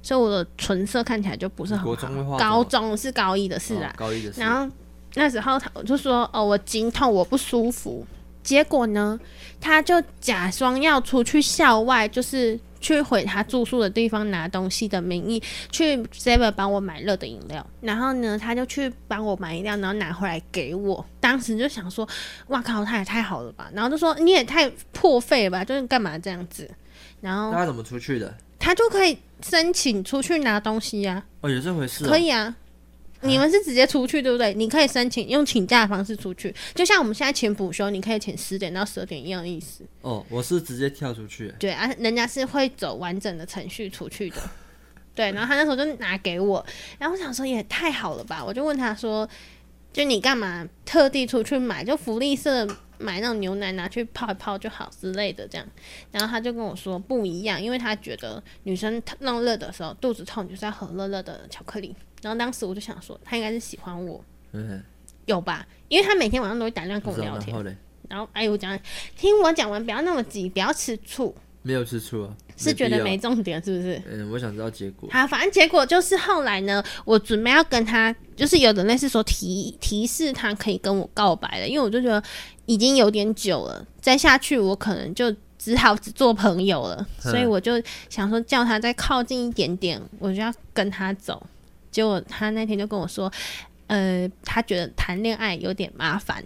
Speaker 1: 所以我的唇色看起来就不是很好
Speaker 2: 你国中会化。妆
Speaker 1: 高中是高一的事
Speaker 2: 哦
Speaker 1: 啊，
Speaker 2: 高一的时
Speaker 1: 然
Speaker 2: 候，
Speaker 1: 后那时候他我就说哦，我经痛，我不舒服。结果呢，他就假装要出去校外，就是去回他住宿的地方拿东西的名义，去 Seven 帮我买热的饮料。然后呢，他就去帮我买饮料，然后拿回来给我。当时就想说，哇靠，他也太好了吧！然后就说你也太破费了吧，就是干嘛这样子？然
Speaker 2: 那
Speaker 1: 后
Speaker 2: 他怎么出去的？
Speaker 1: 他就可以申请出去拿东西啊呀、
Speaker 2: 哦，有这回事哦。
Speaker 1: 可以啊。你们是直接出去对不对？你可以申请用请假的方式出去，就像我们现在请补休，你可以请十点到十二点一样的意思。
Speaker 2: 哦，我是直接跳出去。
Speaker 1: 对啊，人家是会走完整的程序出去的。对，然后他那时候就拿给我，然后我想说也太好了吧，我就问他说，就你干嘛特地出去买？就福利社买那种牛奶拿去泡一泡就好之类的这样。然后他就跟我说不一样，因为他觉得女生弄热的时候肚子痛，你就是要喝热热的巧克力。然后当时我就想说，他应该是喜欢我，
Speaker 2: 嗯，
Speaker 1: 有吧？因为他每天晚上都会打电话跟
Speaker 2: 不
Speaker 1: 我
Speaker 2: 知道
Speaker 1: 聊
Speaker 2: 啊然
Speaker 1: 天
Speaker 2: 后。嘞，
Speaker 1: 然后哎，我讲听我讲完，不要那么急，不要吃醋，
Speaker 2: 没有吃醋啊，
Speaker 1: 是觉
Speaker 2: 必
Speaker 1: 得
Speaker 2: 要
Speaker 1: 没。重点是不是？
Speaker 2: 嗯，我想知道结果。
Speaker 1: 好，反正结果就是后来呢，我准备要跟他，就是有的类似说提提示他可以跟我告白了，因为我就觉得已经有点久了，再下去我可能就只好只做朋友了，
Speaker 2: 嗯
Speaker 1: 所以我就想说叫他再靠近一点点，我就要跟他走。结果他那天就跟我说，呃，他觉得谈恋爱有点麻烦。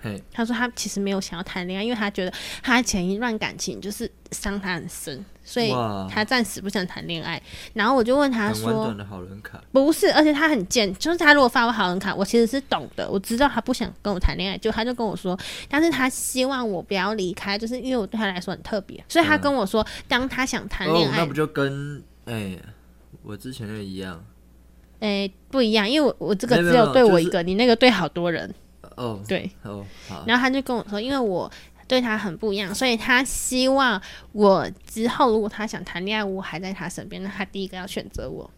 Speaker 2: 嘿，
Speaker 1: 他说他其实没有想要谈恋爱，因为他觉得他前一段感情就是伤他很深，所以
Speaker 2: 哇
Speaker 1: 他暂时不想谈恋爱。然后我就问他
Speaker 2: 很婉
Speaker 1: 说
Speaker 2: 转的好人卡。
Speaker 1: 不是，而且他很贱，就是他如果发我好人卡，我其实是懂的，我知道他不想跟我谈恋爱，就他就跟我说，但是他希望我不要离开，就是因为我对他来说很特别，所以他
Speaker 2: 嗯
Speaker 1: 跟我说，当他想谈
Speaker 2: 哦
Speaker 1: 恋，爱
Speaker 2: 那不，就跟哎、我之前那个一样？
Speaker 1: 诶、不一样，因为我我这个
Speaker 2: 没
Speaker 1: 只
Speaker 2: 有没有
Speaker 1: 有对
Speaker 2: 就
Speaker 1: 我一
Speaker 2: 是
Speaker 1: 个，你那个对好多人，
Speaker 2: 哦
Speaker 1: 对。
Speaker 2: 哦，好，
Speaker 1: 然后他就跟我说，因为我对他很不一样，所以他希望我之后如果他想谈恋爱，我还在他身边，那他第一个要选择我。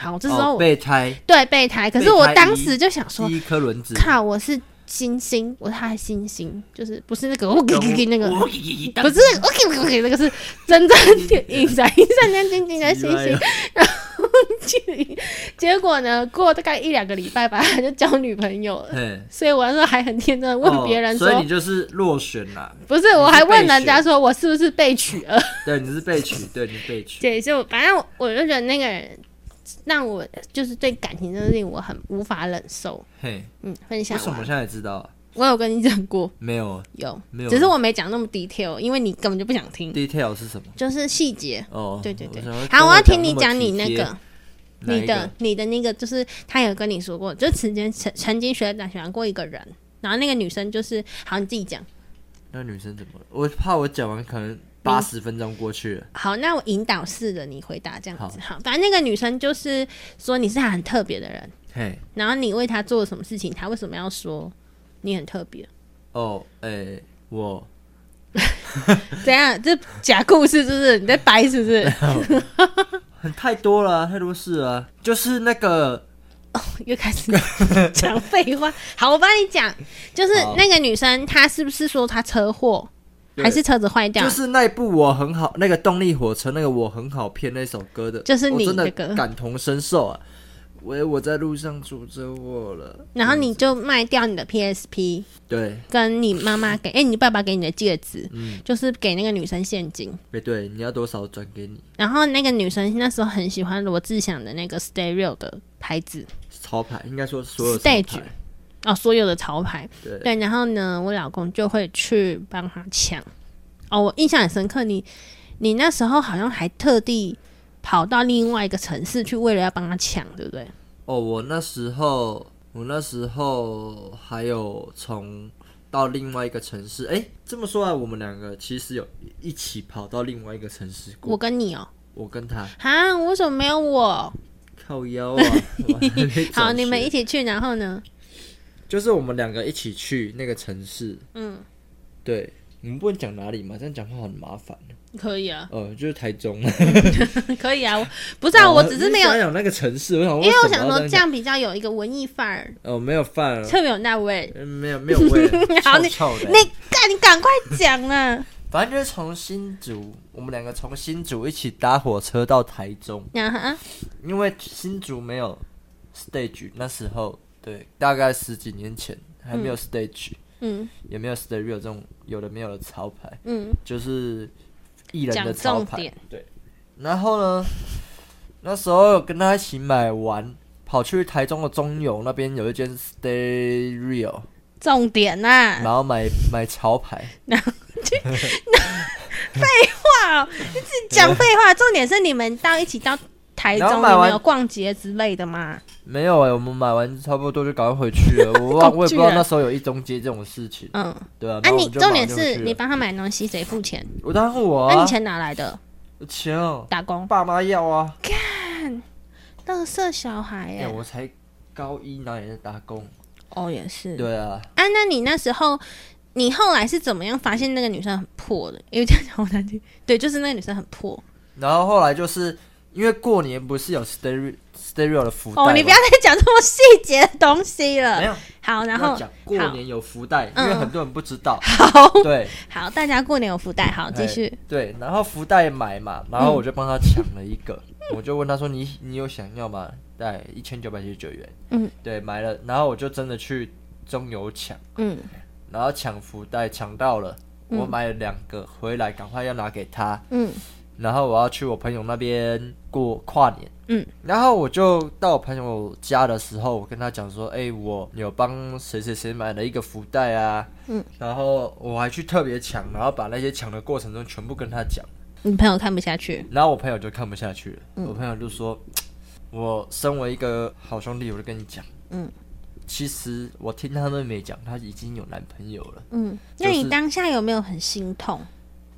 Speaker 1: 好，这时候
Speaker 2: 哦，
Speaker 1: 我、
Speaker 2: 备胎
Speaker 1: 对备胎，可是
Speaker 2: 备
Speaker 1: 我
Speaker 2: 胎
Speaker 1: 当
Speaker 2: 一
Speaker 1: 时就想说，
Speaker 2: 第一颗轮子，
Speaker 1: 靠，我是星星，我是他的星星，就是不是那个我给给给那个，
Speaker 2: 哦
Speaker 3: 我一
Speaker 1: (laughs) 不是我给给给那个是真正的一闪一闪亮晶晶的星
Speaker 2: 奇怪
Speaker 1: 星
Speaker 2: 哦。 (laughs)
Speaker 1: 结果呢，过大概一两个礼拜吧，他就交女朋友了。
Speaker 2: 嘿，
Speaker 1: 所以我那时候还很天真的 (laughs) 问别人
Speaker 2: 哦
Speaker 1: 说，
Speaker 2: 所以你就是落选啦，
Speaker 1: 不是，我还问
Speaker 2: 被选
Speaker 1: 人家说我是不是被娶
Speaker 2: (laughs)
Speaker 1: 了。
Speaker 2: 对，你是被
Speaker 1: (laughs)
Speaker 2: 取，对，你是被取，
Speaker 1: 对，就反正我我就觉得那个人让我就是对感情这件事情我很无法忍受。
Speaker 2: 嘿，
Speaker 1: 嗯，分享
Speaker 2: 为什么
Speaker 1: 完
Speaker 2: 现在知道啊？
Speaker 1: 我有跟你讲过，
Speaker 2: 没有
Speaker 1: 有，
Speaker 2: 没有啊
Speaker 1: 只是我没讲那么 detail，因为你根本就不想听，
Speaker 2: detail 是什么？
Speaker 1: 就是细节。
Speaker 2: 哦，
Speaker 1: 对对对
Speaker 2: 我想说，
Speaker 1: 好，
Speaker 2: 跟
Speaker 1: 我
Speaker 2: 我
Speaker 1: 要听你
Speaker 2: 讲
Speaker 1: 讲你
Speaker 2: 么
Speaker 1: 那
Speaker 2: 体贴
Speaker 1: 个，你的你的那个，就是他有跟你说过，就曾经曾曾经学长喜欢过一个人，然后那个女生就是，好，你自己讲。
Speaker 2: 那女生怎么了？我怕我讲完可能八十分钟过去了。
Speaker 1: 好，那我引导式的你回答这样子。好，
Speaker 2: 好
Speaker 1: 反正那个女生就是说你是她很特别的人，
Speaker 2: 嘿，
Speaker 1: 然后你为她做了什么事情，她为什么要说你很特别？ (laughs)
Speaker 2: 哦，哎，我
Speaker 1: 怎样？这假故事是不是？你在掰是不是？
Speaker 2: 很太多了啊，太多事了啊，就是那个
Speaker 1: (laughs) 又开始讲废话。好，我帮你讲，就是
Speaker 2: 好
Speaker 1: 那个女生，她是不是说她车祸，
Speaker 2: 对
Speaker 1: 还是车子坏掉？
Speaker 2: 就是那一部我很好，那个动力火车那个我很好骗那首歌的，
Speaker 1: 就是你
Speaker 2: 我真的
Speaker 1: 那个
Speaker 2: 感同身受啊！喂，我在路上出车祸了，
Speaker 1: 然后你就卖掉你的 PSP，
Speaker 2: 对，
Speaker 1: 跟你妈妈
Speaker 2: (laughs)
Speaker 1: 给，哎、你爸爸给你的戒指，
Speaker 2: 嗯
Speaker 1: 就是给那个女生现金。
Speaker 2: 哎对，你要多少转给你，
Speaker 1: 然后那个女生那时候很喜欢罗志祥的那个 Stereo 的牌子
Speaker 2: 潮牌应该说所有潮
Speaker 1: Stage
Speaker 2: 牌，
Speaker 1: 哦，所有的潮牌。
Speaker 2: 对
Speaker 1: 对，然后呢，我老公就会去帮他抢。哦，我印象很深刻，你你那时候好像还特地跑到另外一个城市去，为了要帮他抢，对不对？
Speaker 2: 哦，我那时候，我那时候还有从到另外一个城市，哎，这么说来，我们两个其实有一起跑到另外一个城市过。
Speaker 1: 我跟你哦，
Speaker 2: 我跟他
Speaker 1: 啊，为什么没有我？
Speaker 2: 靠腰啊，
Speaker 1: (laughs)
Speaker 2: 我还没转
Speaker 1: 好，
Speaker 2: 学
Speaker 1: 你们一起去，然后呢？
Speaker 2: (laughs) 就是我们两个一起去那个城市，嗯，对，你们不能讲哪里嘛，这样讲话很麻烦。
Speaker 1: 可以啊，
Speaker 2: 呃，就是台中，
Speaker 1: (laughs) 可以啊，我不知道，我只是没有，
Speaker 2: 哦想讲那个城市，我想
Speaker 1: 因为我
Speaker 2: 什
Speaker 1: 想
Speaker 2: 么
Speaker 1: 说
Speaker 2: 要这样
Speaker 1: 这
Speaker 2: 讲，
Speaker 1: 样比较有一个文艺范儿，
Speaker 2: 哦，没有饭了，
Speaker 1: 特别有那味。，
Speaker 2: 嗯没有没有味了
Speaker 1: (laughs) 好，你
Speaker 2: 臭臭的。
Speaker 1: 你干，你赶快讲啊！ (laughs)
Speaker 2: 反正就是从新竹，我们两个从新竹一起搭火车到台中，
Speaker 1: 然后啊，
Speaker 2: 因为新竹没有 stage，那时候对，大概十几年前还没有 stage，、
Speaker 1: 嗯
Speaker 2: 也没有 stereo 这种有的没有的潮牌，
Speaker 1: 嗯，
Speaker 2: 就是艺人
Speaker 1: 讲
Speaker 2: 的潮
Speaker 1: 重
Speaker 2: 牌
Speaker 1: 点。，
Speaker 2: 对，然后呢，那时候有跟他一起买完，跑去台中的中友那边有一间 stereo，
Speaker 1: 啊重点啊呐、
Speaker 2: 然后买买潮牌，
Speaker 1: 哇，你自己 (laughs) 讲废话。重点是你们到一起到台中，
Speaker 2: 然后
Speaker 1: 你
Speaker 2: 买完
Speaker 1: 们有逛街之类的吗？
Speaker 2: 没有哎、我们买完差不多就赶快回
Speaker 1: (laughs)
Speaker 2: 去了。我忘，我也不知道那时候有一中街这种事情，
Speaker 1: 嗯，
Speaker 2: 对啊。
Speaker 1: 啊
Speaker 2: 然后我
Speaker 1: 你
Speaker 2: 们
Speaker 1: 重
Speaker 2: 就马上
Speaker 1: 点
Speaker 2: 就是回去
Speaker 1: 你
Speaker 2: 了
Speaker 1: 帮他买东西，谁付钱？
Speaker 2: 我当然我
Speaker 1: 那、
Speaker 2: 啊
Speaker 1: 你，钱哪来的？
Speaker 2: 我钱哦，
Speaker 1: 打工，
Speaker 2: 爸妈要啊。
Speaker 1: 乐色小孩
Speaker 2: 哎、
Speaker 1: 耶、
Speaker 2: 我才高一，哪里在打工？
Speaker 1: 哦，也是。
Speaker 2: 对啊，
Speaker 1: 啊，那你那时候，你后来是怎么样发现那个女生很破的？因为这样讲我难听。 (laughs) 对，就是那个女生很破。
Speaker 2: 然后后来就是因为过年不是有 stereo stereo 的福袋吗
Speaker 1: 哦，你不要再讲这么细节的东西
Speaker 2: 没
Speaker 1: 了。
Speaker 2: 有，
Speaker 1: 好，然
Speaker 2: 要
Speaker 1: 后
Speaker 2: 讲过
Speaker 1: 好
Speaker 2: 年有福袋，因为
Speaker 1: 嗯
Speaker 2: 很多人不知道。
Speaker 1: 好
Speaker 2: 对，
Speaker 1: 好，大家过年有福袋，好，继
Speaker 2: 哎
Speaker 1: 续。嗯
Speaker 2: 对，然后福袋买嘛，然后我就帮他抢了一个，我就问他说你你有想要吗？大概一千九百九十九元，
Speaker 1: 嗯，
Speaker 2: 对，买了，然后我就真的去中油抢，
Speaker 1: 嗯
Speaker 2: 然后抢福袋抢到了，我买了两个回来，赶快要拿给他，
Speaker 1: 嗯
Speaker 2: 然后我要去我朋友那边过跨年。
Speaker 1: 嗯，
Speaker 2: 然后我就到我朋友家的时候，我跟他讲说，哎、我有帮谁谁谁买了一个福袋啊，
Speaker 1: 嗯，
Speaker 2: 然后我还去特别抢，然后把那些抢的过程中全部跟他讲，
Speaker 1: 你朋友看不下去，
Speaker 2: 然后我朋友就看不下去了，
Speaker 1: 嗯
Speaker 2: 我朋友就说，我身为一个好兄弟，我就跟你讲，
Speaker 1: 嗯，
Speaker 2: 其实我听他妹妹讲，她已经有男朋友了，
Speaker 1: 嗯，
Speaker 2: 就
Speaker 1: 那
Speaker 2: 是
Speaker 1: 你当下有没有很心痛、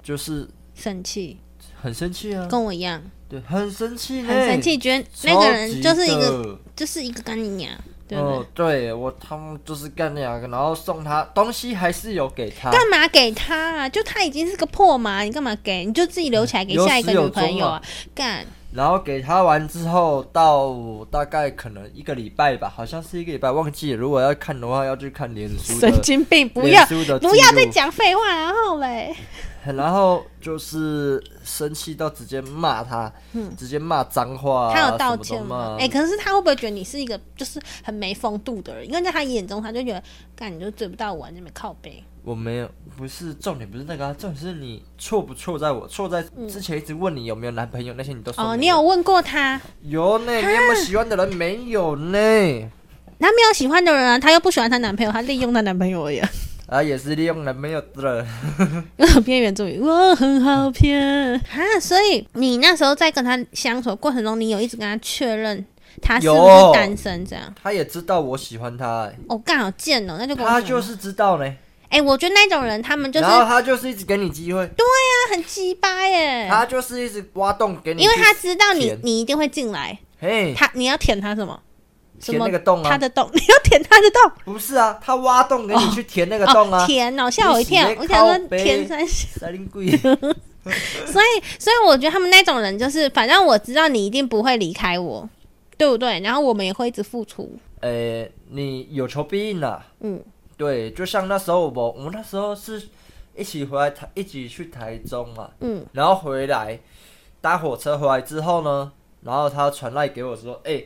Speaker 2: 就是
Speaker 1: 生气？
Speaker 2: 很生气啊，
Speaker 1: 跟我一样，
Speaker 2: 对，很生气呢，
Speaker 1: 很生气，觉得那个人就是一
Speaker 2: 超级
Speaker 1: 个
Speaker 2: 的
Speaker 1: 就是一个干你娘，对不对？
Speaker 2: 哦，对我他们就是干两个，然后送他东西还是有给他，
Speaker 1: 干嘛给他啊？就他已经是个破嘛，你干嘛给？你就自己留起来给下一个
Speaker 2: 有始有
Speaker 1: 女朋友
Speaker 2: 终
Speaker 1: 啊
Speaker 2: 啊！
Speaker 1: 干，
Speaker 2: 然后给他完之后，到大概可能一个礼拜吧，好像是一个礼拜，忘记了。如果要看的话，要去看脸书的。
Speaker 1: 神经病！不要
Speaker 2: 脸书的记录
Speaker 1: 不要再讲废话，然后嘞，
Speaker 2: 然后就是生气到直接骂他，直接骂脏话、
Speaker 1: 嗯
Speaker 2: 啊，
Speaker 1: 他有道
Speaker 2: 什么
Speaker 1: 歉
Speaker 2: 都
Speaker 1: 吗
Speaker 2: 骂？
Speaker 1: 哎、可是他会不会觉得你是一个就是很没风度的人？因为在他眼中，他就觉得干你就追不到我，你没靠背。
Speaker 2: 我没有，不是重点，不是那个、啊，重点是你错不错在我，错在之前一直问你有没有男朋友那些，你都说
Speaker 1: 嗯哦，你
Speaker 2: 没
Speaker 1: 有问过他？
Speaker 2: 有呢？你有没有喜欢的人没有呢？
Speaker 1: 他没有喜欢的人啊，他又不喜欢她男朋友，他利用她男朋友而已、啊， (laughs)
Speaker 2: 啊，也是利用男朋友的人，
Speaker 1: 有种边缘主义，我很好骗啊！所以你那时候在跟他相处的过程中，你有一直跟他确认他是不是
Speaker 2: 有
Speaker 1: 单身这样？
Speaker 2: 他也知道我喜欢他、哎
Speaker 1: 哦，干好贱哦，那就跟我
Speaker 2: 他
Speaker 1: 讲
Speaker 2: 就是知道呢。
Speaker 1: 哎、我觉得那种人他们就是
Speaker 2: 然后他就是一直给你机会，
Speaker 1: 他很鸡巴耶，
Speaker 2: 他就是一直挖洞给你去
Speaker 1: 因
Speaker 2: 填，
Speaker 1: 为他知道你嗯
Speaker 2: 舔
Speaker 1: 你一定会进来，
Speaker 2: 嘿，
Speaker 1: 他你要舔他什么？什
Speaker 2: 填
Speaker 1: 么
Speaker 2: 那个洞
Speaker 1: 他
Speaker 2: 啊，
Speaker 1: 的洞，你要舔他的洞，
Speaker 2: 不是啊，他挖洞给你去填那个洞
Speaker 1: 哦
Speaker 2: 啊，
Speaker 1: 舔哦，吓我一跳
Speaker 2: 你，是
Speaker 1: 我想说
Speaker 2: 靠背
Speaker 1: 舔三下。
Speaker 2: 三零鬼，
Speaker 1: (laughs) 所以，所以我觉得他们那种人就是，反正我知道你一定不会离开我，对不对？然后我们也会一直付出，
Speaker 2: 呃，你有求必应啊，
Speaker 1: 嗯，
Speaker 2: 对，就像那时候我我们那时候是一起回来台，一起去台中嘛，
Speaker 1: 嗯，
Speaker 2: 然后回来搭火车回来之后呢，然后他传来给我说，哎、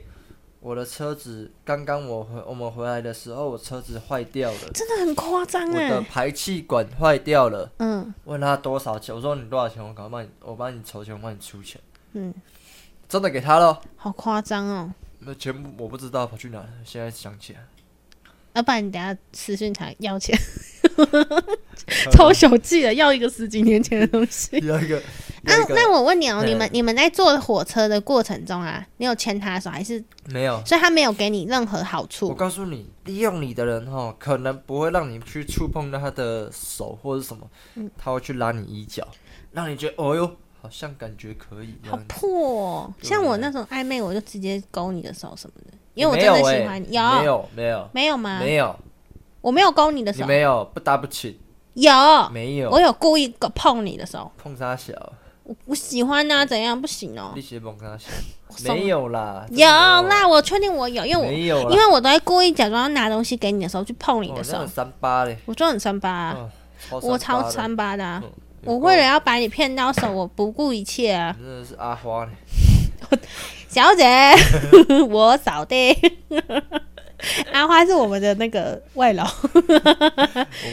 Speaker 2: 我的车子刚刚我回我们回来的时候，我车子坏掉了，
Speaker 1: 真的很夸张
Speaker 2: 我的
Speaker 1: 哎，
Speaker 2: 排气管坏掉了。
Speaker 1: 嗯
Speaker 2: 问他多少钱，我说你多少钱，我赶快帮你，我帮你筹钱，我帮你出钱，
Speaker 1: 嗯，
Speaker 2: 真的给他了。
Speaker 1: 好夸张哦。
Speaker 2: 那钱我不知道跑去哪了，现在
Speaker 1: (laughs)
Speaker 2: 想起来。
Speaker 1: 要啊不然你等下私讯他要
Speaker 2: (laughs)
Speaker 1: 钱，超小气的，要一个十几年前的东
Speaker 2: (laughs)
Speaker 1: 西。
Speaker 2: 有一个，
Speaker 1: 啊
Speaker 2: 有一，
Speaker 1: 那
Speaker 2: 个
Speaker 1: 我问你哦，
Speaker 2: 嗯
Speaker 1: 你们你们在坐火车的过程中啊，你有牵他的手还是？
Speaker 2: 没有。
Speaker 1: 所以他没有给你任何好
Speaker 2: 我
Speaker 1: 处，
Speaker 2: 告诉你，利用你的人哦，可能不会让你去触碰到他的手或者什么，
Speaker 1: 嗯
Speaker 2: 他会去拉你衣角，让你觉得哦哟，好像感觉可以这
Speaker 1: 好
Speaker 2: 样子。
Speaker 1: 破哦。
Speaker 2: 对
Speaker 1: 像我那种暧昧，我就直接勾你的手什么的，因为我真的
Speaker 2: 没有欸
Speaker 1: 喜欢你。
Speaker 2: 没
Speaker 1: 有啊
Speaker 2: 有没有
Speaker 1: 没有吗？
Speaker 2: 没有，
Speaker 1: 我没有勾你的
Speaker 2: 你
Speaker 1: 手，
Speaker 2: 没有不搭不起，
Speaker 1: 有，
Speaker 2: 没有
Speaker 1: 哦我有哦故意勾碰你的手，
Speaker 2: 碰他小，
Speaker 1: 我我喜欢啊，怎样不行哦
Speaker 2: 力、气碰他小，
Speaker 1: 送
Speaker 2: 没有啦，真的
Speaker 1: 有啦，我确定我有，因为我
Speaker 2: 没有啦
Speaker 1: 因为我都会故意假装要拿东西给你的时候去碰你
Speaker 2: 哦
Speaker 1: 的
Speaker 2: 那
Speaker 1: 手，
Speaker 2: 种三八嘞，
Speaker 1: 我就很三八、啊，
Speaker 2: 哦
Speaker 1: 我超
Speaker 2: 三八的
Speaker 1: 三八的、啊。
Speaker 2: 嗯有
Speaker 1: 我
Speaker 2: 够
Speaker 1: 为了要把你骗到手，我不顾一切啊，
Speaker 2: 你真的是阿花嘞，
Speaker 1: 小
Speaker 2: (laughs)
Speaker 1: 姐，我扫地。 (laughs) 阿花是我们的那个外劳，
Speaker 2: 我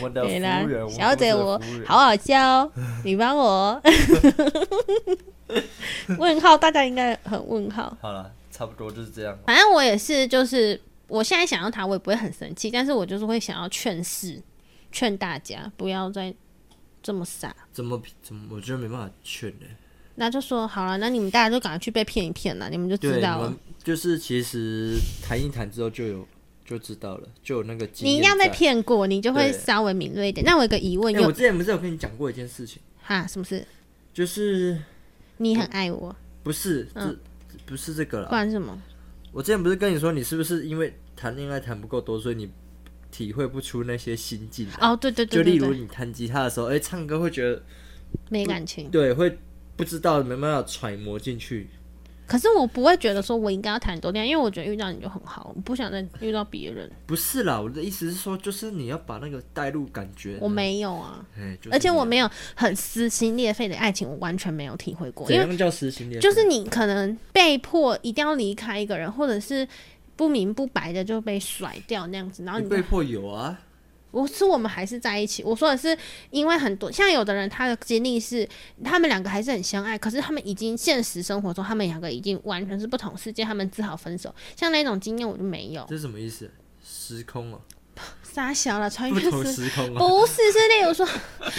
Speaker 2: 们的服务
Speaker 1: 对啦
Speaker 2: 员，我，们
Speaker 1: 小姐
Speaker 2: 公司的
Speaker 1: 我
Speaker 2: 服务员
Speaker 1: 好好笑，你帮我。 (laughs) 问号，大家应该很问号。
Speaker 2: 好了，差不多就是这样。
Speaker 1: 反正我也是，就是我现在想要他，我也不会很生气，但是我就是会想要劝世，劝大家不要再这么傻。
Speaker 2: 怎么怎么，我觉得没办法劝欸呢、
Speaker 1: 那就说好了，那你们大家就赶快去被骗一骗了，你们就
Speaker 2: 对，
Speaker 1: 知道
Speaker 2: 你
Speaker 1: 了
Speaker 2: 们。就是其实谈一谈之后就有就知道了，就有那个经
Speaker 1: 你
Speaker 2: 验
Speaker 1: 一
Speaker 2: 在。
Speaker 1: 定要被骗过，你就会
Speaker 2: 对
Speaker 1: 稍微敏锐一点。那我有一个疑问，
Speaker 2: 哎、
Speaker 1: 有
Speaker 2: 我之前不是有跟你讲过一件事情，
Speaker 1: 哈什么事？
Speaker 2: 就是
Speaker 1: 你很爱我，
Speaker 2: 不是、
Speaker 1: 嗯
Speaker 2: 这不是这个
Speaker 1: 不
Speaker 2: 啦。
Speaker 1: 然是什么？
Speaker 2: 我之前不是跟你说，你是不是因为谈恋爱谈不够多，所以你体会不出那些心境啊、
Speaker 1: 哦，对对
Speaker 2: 就
Speaker 1: 对
Speaker 2: 例
Speaker 1: 对
Speaker 2: 如
Speaker 1: 对，
Speaker 2: 你弹吉他的时候，哎、唱歌会觉得
Speaker 1: 没感情。
Speaker 2: 对，会不知道没办法揣摩进去。
Speaker 1: 可是我不会觉得说我应该要谈多恋爱，因为我觉得遇到你就很好，我不想再遇到别人。
Speaker 2: 不是啦，我的意思是说，就是你要把那个带入感觉。
Speaker 1: 我没有啊，
Speaker 2: 哎，就是
Speaker 1: 而且我
Speaker 2: 你
Speaker 1: 没有很撕心裂肺的爱情，我完全没有体会过，
Speaker 2: 怎
Speaker 1: 因为
Speaker 2: 样叫实行恋爱？
Speaker 1: 就是你可能被迫一定要离开一个人，或者是不明不白的就被甩掉那样子，然后
Speaker 2: 你
Speaker 1: 你
Speaker 2: 被
Speaker 1: 就
Speaker 2: 迫有啊，
Speaker 1: 我是我们还是在一起。我说的是，因为很多像有的人他的经历是他们两个还是很相爱，可是他们已经现实生活中他们两个已经完全是不同世界，他们只好分手。像那种经验我就没有，
Speaker 2: 这是什么意思？时空啊，
Speaker 1: 傻小了，穿
Speaker 2: 不
Speaker 1: 越
Speaker 2: 同
Speaker 1: 时
Speaker 2: 时空啊，
Speaker 1: 不是，是例如说，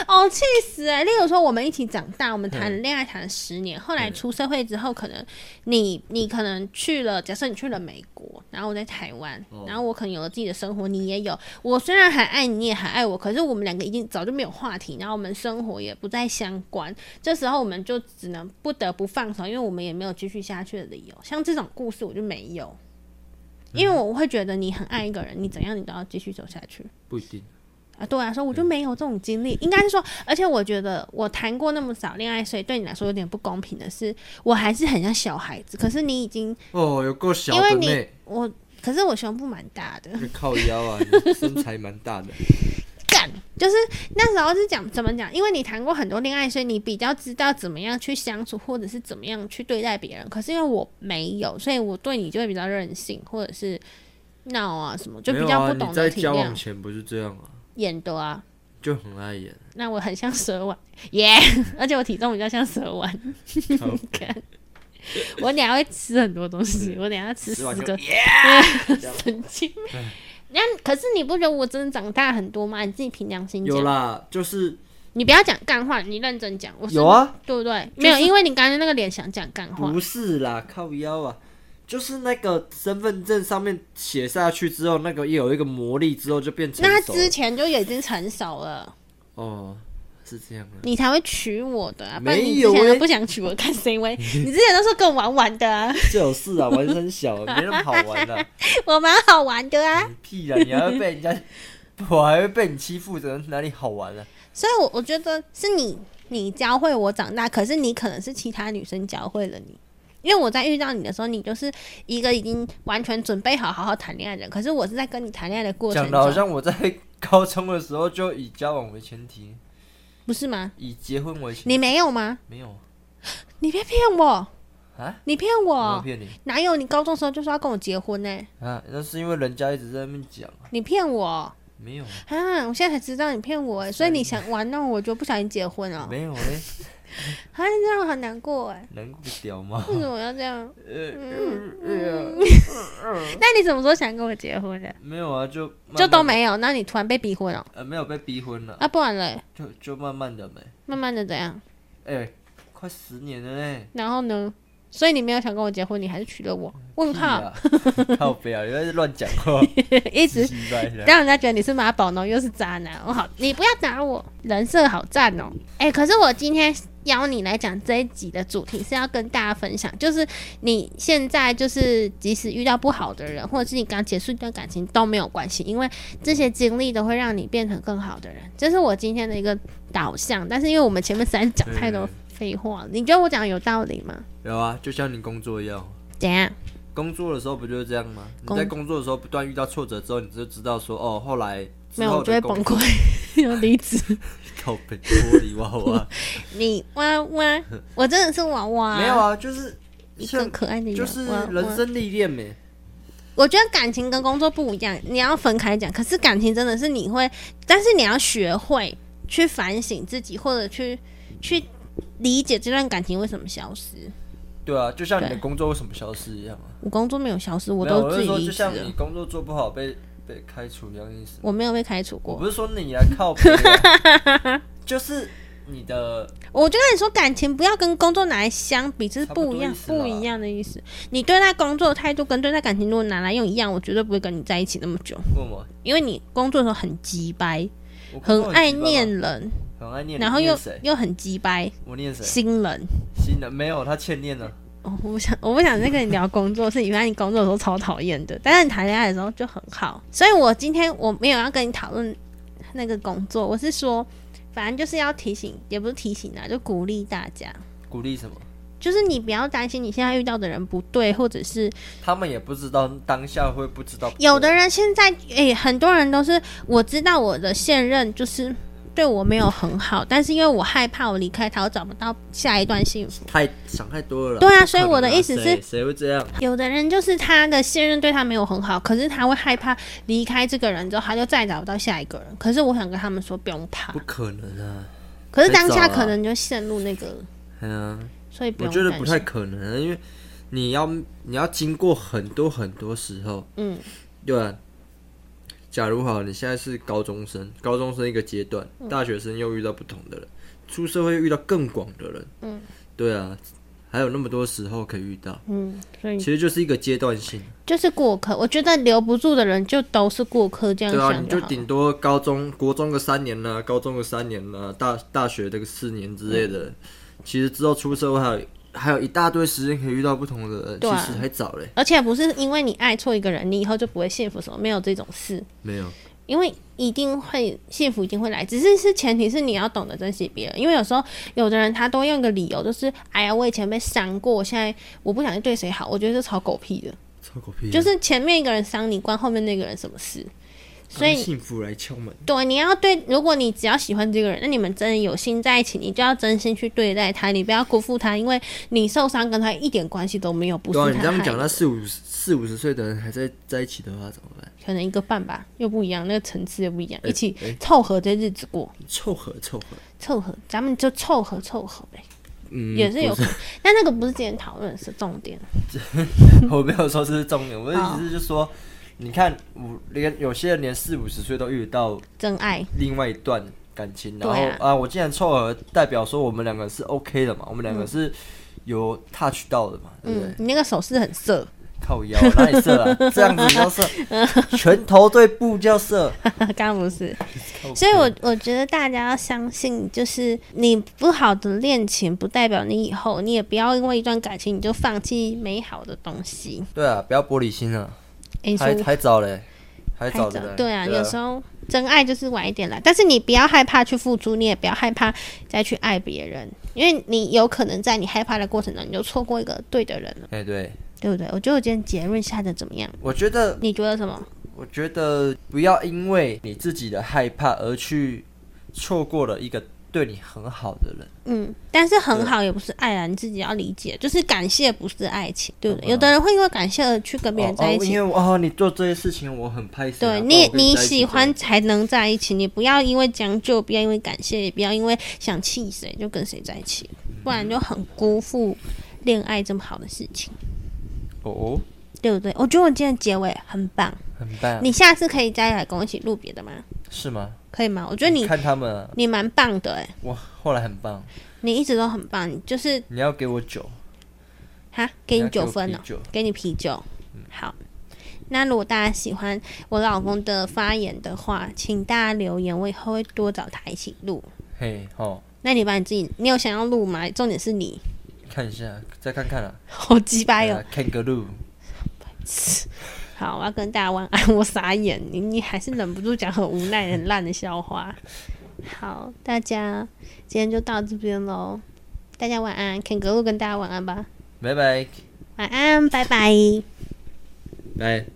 Speaker 1: 哦，气死哎、例如说，我们一起长大，我们谈恋爱谈了十年，后来出社会之后，可能你你可能去了，假设你去了美国，然后我在台湾，然后我可能有了自己的生活，你也有。我虽然还爱你，你也还爱我，可是我们两个已经早就没有话题，然后我们生活也不再相关。这时候我们就只能不得不放手，因为我们也没有继续下去的理由。像这种故事，我就没有。因为我会觉得你很爱一个人，你怎样你都要继续走下去。
Speaker 2: 不一定。
Speaker 1: 啊，对我来说，我就没有这种经历。应该是说，而且我觉得我谈过那么少恋爱，所以对你来说有点不公平的是，我还是很像小孩子。可是你已经，
Speaker 2: 哦，有够小
Speaker 1: 因为
Speaker 2: 的
Speaker 1: 你
Speaker 2: 妹，
Speaker 1: 我，可是我胸部蛮大的， (laughs)
Speaker 2: 靠腰啊，你身材蛮大的。
Speaker 1: 干，就是那时候是讲怎么讲？因为你谈过很多恋爱，所以你比较知道怎么样去相处，或者是怎么样去对待别人。可是因为我没有，所以我对你就会比较任性，或者是闹啊什 (laughs) 么，就
Speaker 2: 没
Speaker 1: 比
Speaker 2: 有
Speaker 1: 较
Speaker 2: 啊，
Speaker 1: 不
Speaker 2: 你
Speaker 1: 懂
Speaker 2: 在
Speaker 1: 得体
Speaker 2: 交
Speaker 1: 谅
Speaker 2: 往。前不是这样啊，
Speaker 1: 演的啊，
Speaker 2: 就很爱演。
Speaker 1: 那我很像蛇丸耶 (laughs) 而且我体重比较像蛇丸。
Speaker 2: 靠
Speaker 1: (laughs) 看，我等一下会吃很多东西，我等一下吃十
Speaker 3: 吃完就
Speaker 1: 个， (laughs) 神经。那可是你不觉得我真的长大很多吗？你自己凭良心
Speaker 2: 有
Speaker 1: 讲，
Speaker 2: 啦，就是
Speaker 1: 你不要讲干话，你认真讲。哦我是
Speaker 2: 有，啊，
Speaker 1: 对不对？没有，因为你刚才那个脸想讲干话
Speaker 2: 不，是啦，靠腰啊，就是那个身份证上面写下去之后，那个有一个魔力之后就变成
Speaker 1: 那他
Speaker 2: 熟
Speaker 1: 之前就已经成熟了，
Speaker 2: 哦，是这样啊。 (laughs)
Speaker 1: 你才会娶我的、啊，不
Speaker 2: 没
Speaker 1: 然你之
Speaker 2: 有
Speaker 1: 前都
Speaker 2: 欸
Speaker 1: 不想娶我，看谁威？你之前都说跟我玩玩的、啊， (laughs)
Speaker 2: 就是啊，玩很小，没那么好玩啊的、
Speaker 1: 我蛮好玩的啊。
Speaker 2: 你屁啊，你还会被人家， (laughs) 我还会被你欺负，怎么哪里好玩啊？
Speaker 1: 所以我，我觉得是你你教会我长大，可是你可能是其他女生教会了你。因为我在遇到你的时候，你就是一个已经完全准备好好好谈恋爱的人。可是我是在跟你谈恋爱的过程
Speaker 2: 讲的好
Speaker 1: 中，
Speaker 2: 像我在高中的时候就以交往为前提，
Speaker 1: 不是吗？
Speaker 2: 以结婚为前提。
Speaker 1: 你没有吗？
Speaker 2: 没有
Speaker 1: 你别骗我！
Speaker 2: 啊？
Speaker 1: 你骗
Speaker 2: 我没有
Speaker 1: 我！
Speaker 2: 骗你
Speaker 1: 哪有？你高中时候就说要跟我结婚呢、
Speaker 2: 啊？那是因为人家一直在那边讲，
Speaker 1: 你骗我啊！
Speaker 2: 没有
Speaker 1: 我现在才知道你骗我、欸，所以你想玩弄我就不小心结婚了、
Speaker 2: 没有嘞，
Speaker 1: 啊，你这样好难过
Speaker 2: (laughs)
Speaker 1: 哎、
Speaker 2: 能不屌吗？
Speaker 1: 为什么要这样？
Speaker 2: 呃
Speaker 1: 嗯
Speaker 2: 呃呃
Speaker 1: 那你什么时候想跟我结婚的？
Speaker 2: 没有啊，就
Speaker 1: 就都
Speaker 2: 慢慢
Speaker 1: 没有，那你突然被逼婚了、哦
Speaker 2: 呃没有被逼婚了，
Speaker 1: 啊？不然嘞？
Speaker 2: 就就慢慢的没，
Speaker 1: 慢慢的怎样？
Speaker 2: 哎，快十年了嘞。
Speaker 1: 然后呢？所以你没有想跟我结婚，你还是娶了我？问
Speaker 2: 屁
Speaker 1: 号，
Speaker 2: 啊 (laughs) 靠不要，你在乱讲话，
Speaker 1: (laughs) 一直
Speaker 2: 鸡掰的。
Speaker 1: 让人家觉得你是妈宝呢，又是渣男。我好，你不要打我，人设好赞哦、哎、可是我今天邀你来讲这一集的主题是要跟大家分享，就是你现在就是即使遇到不好的人，或者是你刚结束一段感情都没有关系，因为这些经历都会让你变成更好的人。这是我今天的一个导向。但是因为我们前面实在是讲太多
Speaker 2: 对
Speaker 1: 废话了，你觉得我讲的有道理吗？
Speaker 2: 有啊，就像你工作一样，
Speaker 1: 怎样？
Speaker 2: 工作的时候不就是这样吗？你
Speaker 1: 工
Speaker 2: 在工作的时候不断遇到挫折之后，你就知道说，哦，后来之
Speaker 1: 没有，
Speaker 2: 后
Speaker 1: 我就会
Speaker 2: 的工
Speaker 1: 崩溃， (laughs) 要离职。
Speaker 2: 靠背玻璃娃娃，
Speaker 1: (laughs) 你哇哇，我真的是娃娃，
Speaker 2: 没有，啊，就是
Speaker 1: 一个
Speaker 2: 像
Speaker 1: 可爱的
Speaker 2: 就
Speaker 1: 娃
Speaker 2: 是
Speaker 1: 娃
Speaker 2: 人生历练呗。
Speaker 1: 我觉得感情跟工作不一样，你要分开讲。可是感情真的是你会，但是你要学会去反省自己，或者去去理解这段感情为什么消失。
Speaker 2: 对啊，就像你的
Speaker 1: 对
Speaker 2: 工作为什么消失一样啊。
Speaker 1: 我工作没有消失，我
Speaker 2: 没有
Speaker 1: 都
Speaker 2: 我
Speaker 1: 自
Speaker 2: 是
Speaker 1: 己
Speaker 2: 说，
Speaker 1: 离
Speaker 2: 就
Speaker 1: 职
Speaker 2: 像你
Speaker 1: 了，
Speaker 2: 工作做不好被被开除一样意思。
Speaker 1: 我没有被开除
Speaker 2: 我
Speaker 1: 过
Speaker 2: 不。是说你啊，靠背啊，
Speaker 1: (laughs)
Speaker 2: 就是你的
Speaker 1: 我就跟你说，感情不要跟工作拿来相比，这是
Speaker 2: 差不多
Speaker 1: 不一样
Speaker 2: 意思啦
Speaker 1: 不一样的意思。你对待工作的态度跟对待感情如果拿来用一样，我绝对不会跟你在一起那么久。
Speaker 2: 过吗？
Speaker 1: 因为你工作的时候很鸡掰，
Speaker 2: 我工
Speaker 1: 很
Speaker 2: 作
Speaker 1: 爱
Speaker 2: 鸡巴吗，
Speaker 1: 念人，
Speaker 2: 很爱念，
Speaker 1: 然后
Speaker 2: 你念
Speaker 1: 又
Speaker 2: 谁？
Speaker 1: 又很鸡掰，
Speaker 2: 我念谁？
Speaker 1: 新人。
Speaker 2: 新的没有，他欠念了。
Speaker 1: 哦，我不想，我不想再跟你聊工作的事情，因为你工作的时候超讨厌的，但是你谈恋爱的时候就很好。所以我今天我没有要跟你讨论那个工作，我是说，反正就是要提醒，也不是提醒啊，就鼓励大家，
Speaker 2: 鼓励什么？
Speaker 1: 就是你不要担心你现在遇到的人不对，或者是
Speaker 2: 他们也不知道当下会不知道。
Speaker 1: 有的人现在诶、很多人都是我知道我的现任就是对我没有很好，但是因为我害怕我离开他，我找不到下一段幸福。
Speaker 2: 太想太多了啦。
Speaker 1: 对啊
Speaker 2: 不
Speaker 1: 所以
Speaker 2: 可
Speaker 1: 我的
Speaker 2: 能啊
Speaker 1: 意思是
Speaker 2: 谁谁会这样？
Speaker 1: 有的人就是他的现任对他没有很好，可是他会害怕离开这个人之后，他就再找不到下一个人。可是我想跟他们说，不用怕
Speaker 2: 不。可能啊！
Speaker 1: 可是当下
Speaker 2: 别走啊
Speaker 1: 可能就陷入那个，
Speaker 2: 哎呀，
Speaker 1: 所以不
Speaker 2: 我
Speaker 1: 用
Speaker 2: 觉得
Speaker 1: 担
Speaker 2: 不
Speaker 1: 心
Speaker 2: 太可能啊，因为你要你要经过很多很多时候，
Speaker 1: 嗯
Speaker 2: 对啊。假如好，你现在是高中生，高中生一个阶段，
Speaker 1: 嗯
Speaker 2: 大学生又遇到不同的人，出社会又遇到更广的人，
Speaker 1: 嗯，
Speaker 2: 对啊，还有那么多时候可以遇到，
Speaker 1: 嗯，所以
Speaker 2: 其实就是一个阶段性，
Speaker 1: 就是过客。我觉得留不住的人就都是过客，这样
Speaker 2: 对啊，
Speaker 1: 想
Speaker 2: 你就
Speaker 1: 嗯好
Speaker 2: 顶多高中、国中个三年啊
Speaker 1: 嗯
Speaker 2: 啦、高中个三年啦、大大学这个四年之类的，其实之后出社会还有还有一大堆时间可以遇到不同的人，
Speaker 1: 对啊
Speaker 2: 其实还早嘞，
Speaker 1: 而且不是因为你爱错一个人，你以后就不会幸福什么，没有这种事，
Speaker 2: 没有，
Speaker 1: 因为一定会幸福一定会来，只是是前提是你要懂得珍惜别人，因为有时候有的人他都用一个理由，就是哎呀我以前被伤过，现在我不想对谁好，我觉得是超狗屁的，
Speaker 2: 超狗屁的，
Speaker 1: 就是前面一个人伤你，关后面那个人什么事？所以
Speaker 2: 当幸福来敲门，
Speaker 1: 对，你要对，如果你只要喜欢这个人，那你们真的有心在一起，你就要真心去对待他，你不要辜负他，因为你受伤跟他一点关系都没有，不是
Speaker 2: 对啊，
Speaker 1: 他
Speaker 2: 你这样
Speaker 1: 害
Speaker 2: 讲，
Speaker 1: 的
Speaker 2: 那四五四五十岁的人还在在一起的话怎么办？
Speaker 1: 可能一个半吧，又不一样，那个层次又不一样，
Speaker 2: 哎
Speaker 1: 一起
Speaker 2: 哎
Speaker 1: 凑合这日子过，
Speaker 2: 凑合凑合，
Speaker 1: 凑合，咱们就凑合凑合呗，
Speaker 2: 嗯，
Speaker 1: 也是有
Speaker 2: 不
Speaker 1: 可能。 (laughs) 但那个不是今天讨论的是重点，
Speaker 2: (laughs) 我没有说这是重点，我的意思是说，你看五连有些人连四五十岁都遇到
Speaker 1: 真爱
Speaker 2: 另外一段感情，
Speaker 1: 对
Speaker 2: 然后
Speaker 1: 啊
Speaker 2: 啊我竟然凑合，代表说我们两个是 OK 的嘛，我们两个是有 touch 到的嘛，对不对？
Speaker 1: 嗯，你那个手势很色， (laughs)
Speaker 2: 靠腰哪里射啊？这样子叫射，
Speaker 1: 嗯
Speaker 2: 拳头对步叫射，
Speaker 1: 刚刚不
Speaker 2: (laughs)
Speaker 1: 是，所以我我觉得大家要相信，就是你不好的恋情，不代表你以后，你也不要因为一段感情你就放弃美好的东西。
Speaker 2: 对啊，不要玻璃心啊，
Speaker 1: 诶你说
Speaker 2: 还还早嘞，还
Speaker 1: 太
Speaker 2: 早着呢。
Speaker 1: 对啊，有时候真爱就是晚一点来，但是你不要害怕去付出，你也不要害怕再去爱别人，因为你有可能在你害怕的过程中，你就错过一个对的人了，
Speaker 2: 哎、对，
Speaker 1: 对不对？我觉得我今天结论下的怎么样？
Speaker 2: 我觉得
Speaker 1: 你觉得什么？
Speaker 2: 我觉得不要因为你自己的害怕而去错过了一个对你很好的人。
Speaker 1: 嗯，但是很好也不是爱啊，你自己要理解，就是感谢不是爱情，对不对？有的人会因为感谢而去跟别人在一
Speaker 2: 哦哦、
Speaker 1: 起，
Speaker 2: 因为哦，你做这些事情我很拍手、啊。
Speaker 1: 对
Speaker 2: 不然
Speaker 1: 你
Speaker 2: 我，跟
Speaker 1: 你
Speaker 2: 在一起
Speaker 1: 喜欢
Speaker 2: 这
Speaker 1: 才能在一起，你不要因为将就，不要因为感谢，也不要因为想气谁就跟谁在一起，不然就很辜负恋爱这么好的事情，
Speaker 2: 样哦哦，
Speaker 1: 对不对？我觉得我今天结尾很棒，
Speaker 2: 很棒，
Speaker 1: 你下次可以再来跟我一起录别的吗？
Speaker 2: 是吗？
Speaker 1: 可以吗？我觉得你
Speaker 2: 看他们、啊，
Speaker 1: 你蛮棒的哎、
Speaker 2: 我后来很棒。
Speaker 1: 你一直都很棒，你就是
Speaker 2: 你要给我酒，
Speaker 1: 哈，给你
Speaker 2: 要给我
Speaker 1: 九分哦
Speaker 2: 啤酒，嗯
Speaker 1: 给你啤酒。好，那如果大家喜欢我老公的发言的话，请大家留言，我以后会多找他一起录。
Speaker 2: 嘿，哦，
Speaker 1: 那你把你自己，你有想要录吗？重点是你， (laughs)
Speaker 2: 看一下，再看看啊。呃
Speaker 1: 好鸡掰哦！
Speaker 2: 啊，Kangaroo，
Speaker 1: (laughs) 好，我要跟大家晚安。我傻眼，你你还是忍不住讲很无奈、很烂的笑话。好，大家今天就到这边喽，大家晚安。肯格路跟大家晚安吧，
Speaker 2: 拜拜，
Speaker 1: 晚安，拜拜。
Speaker 2: 来。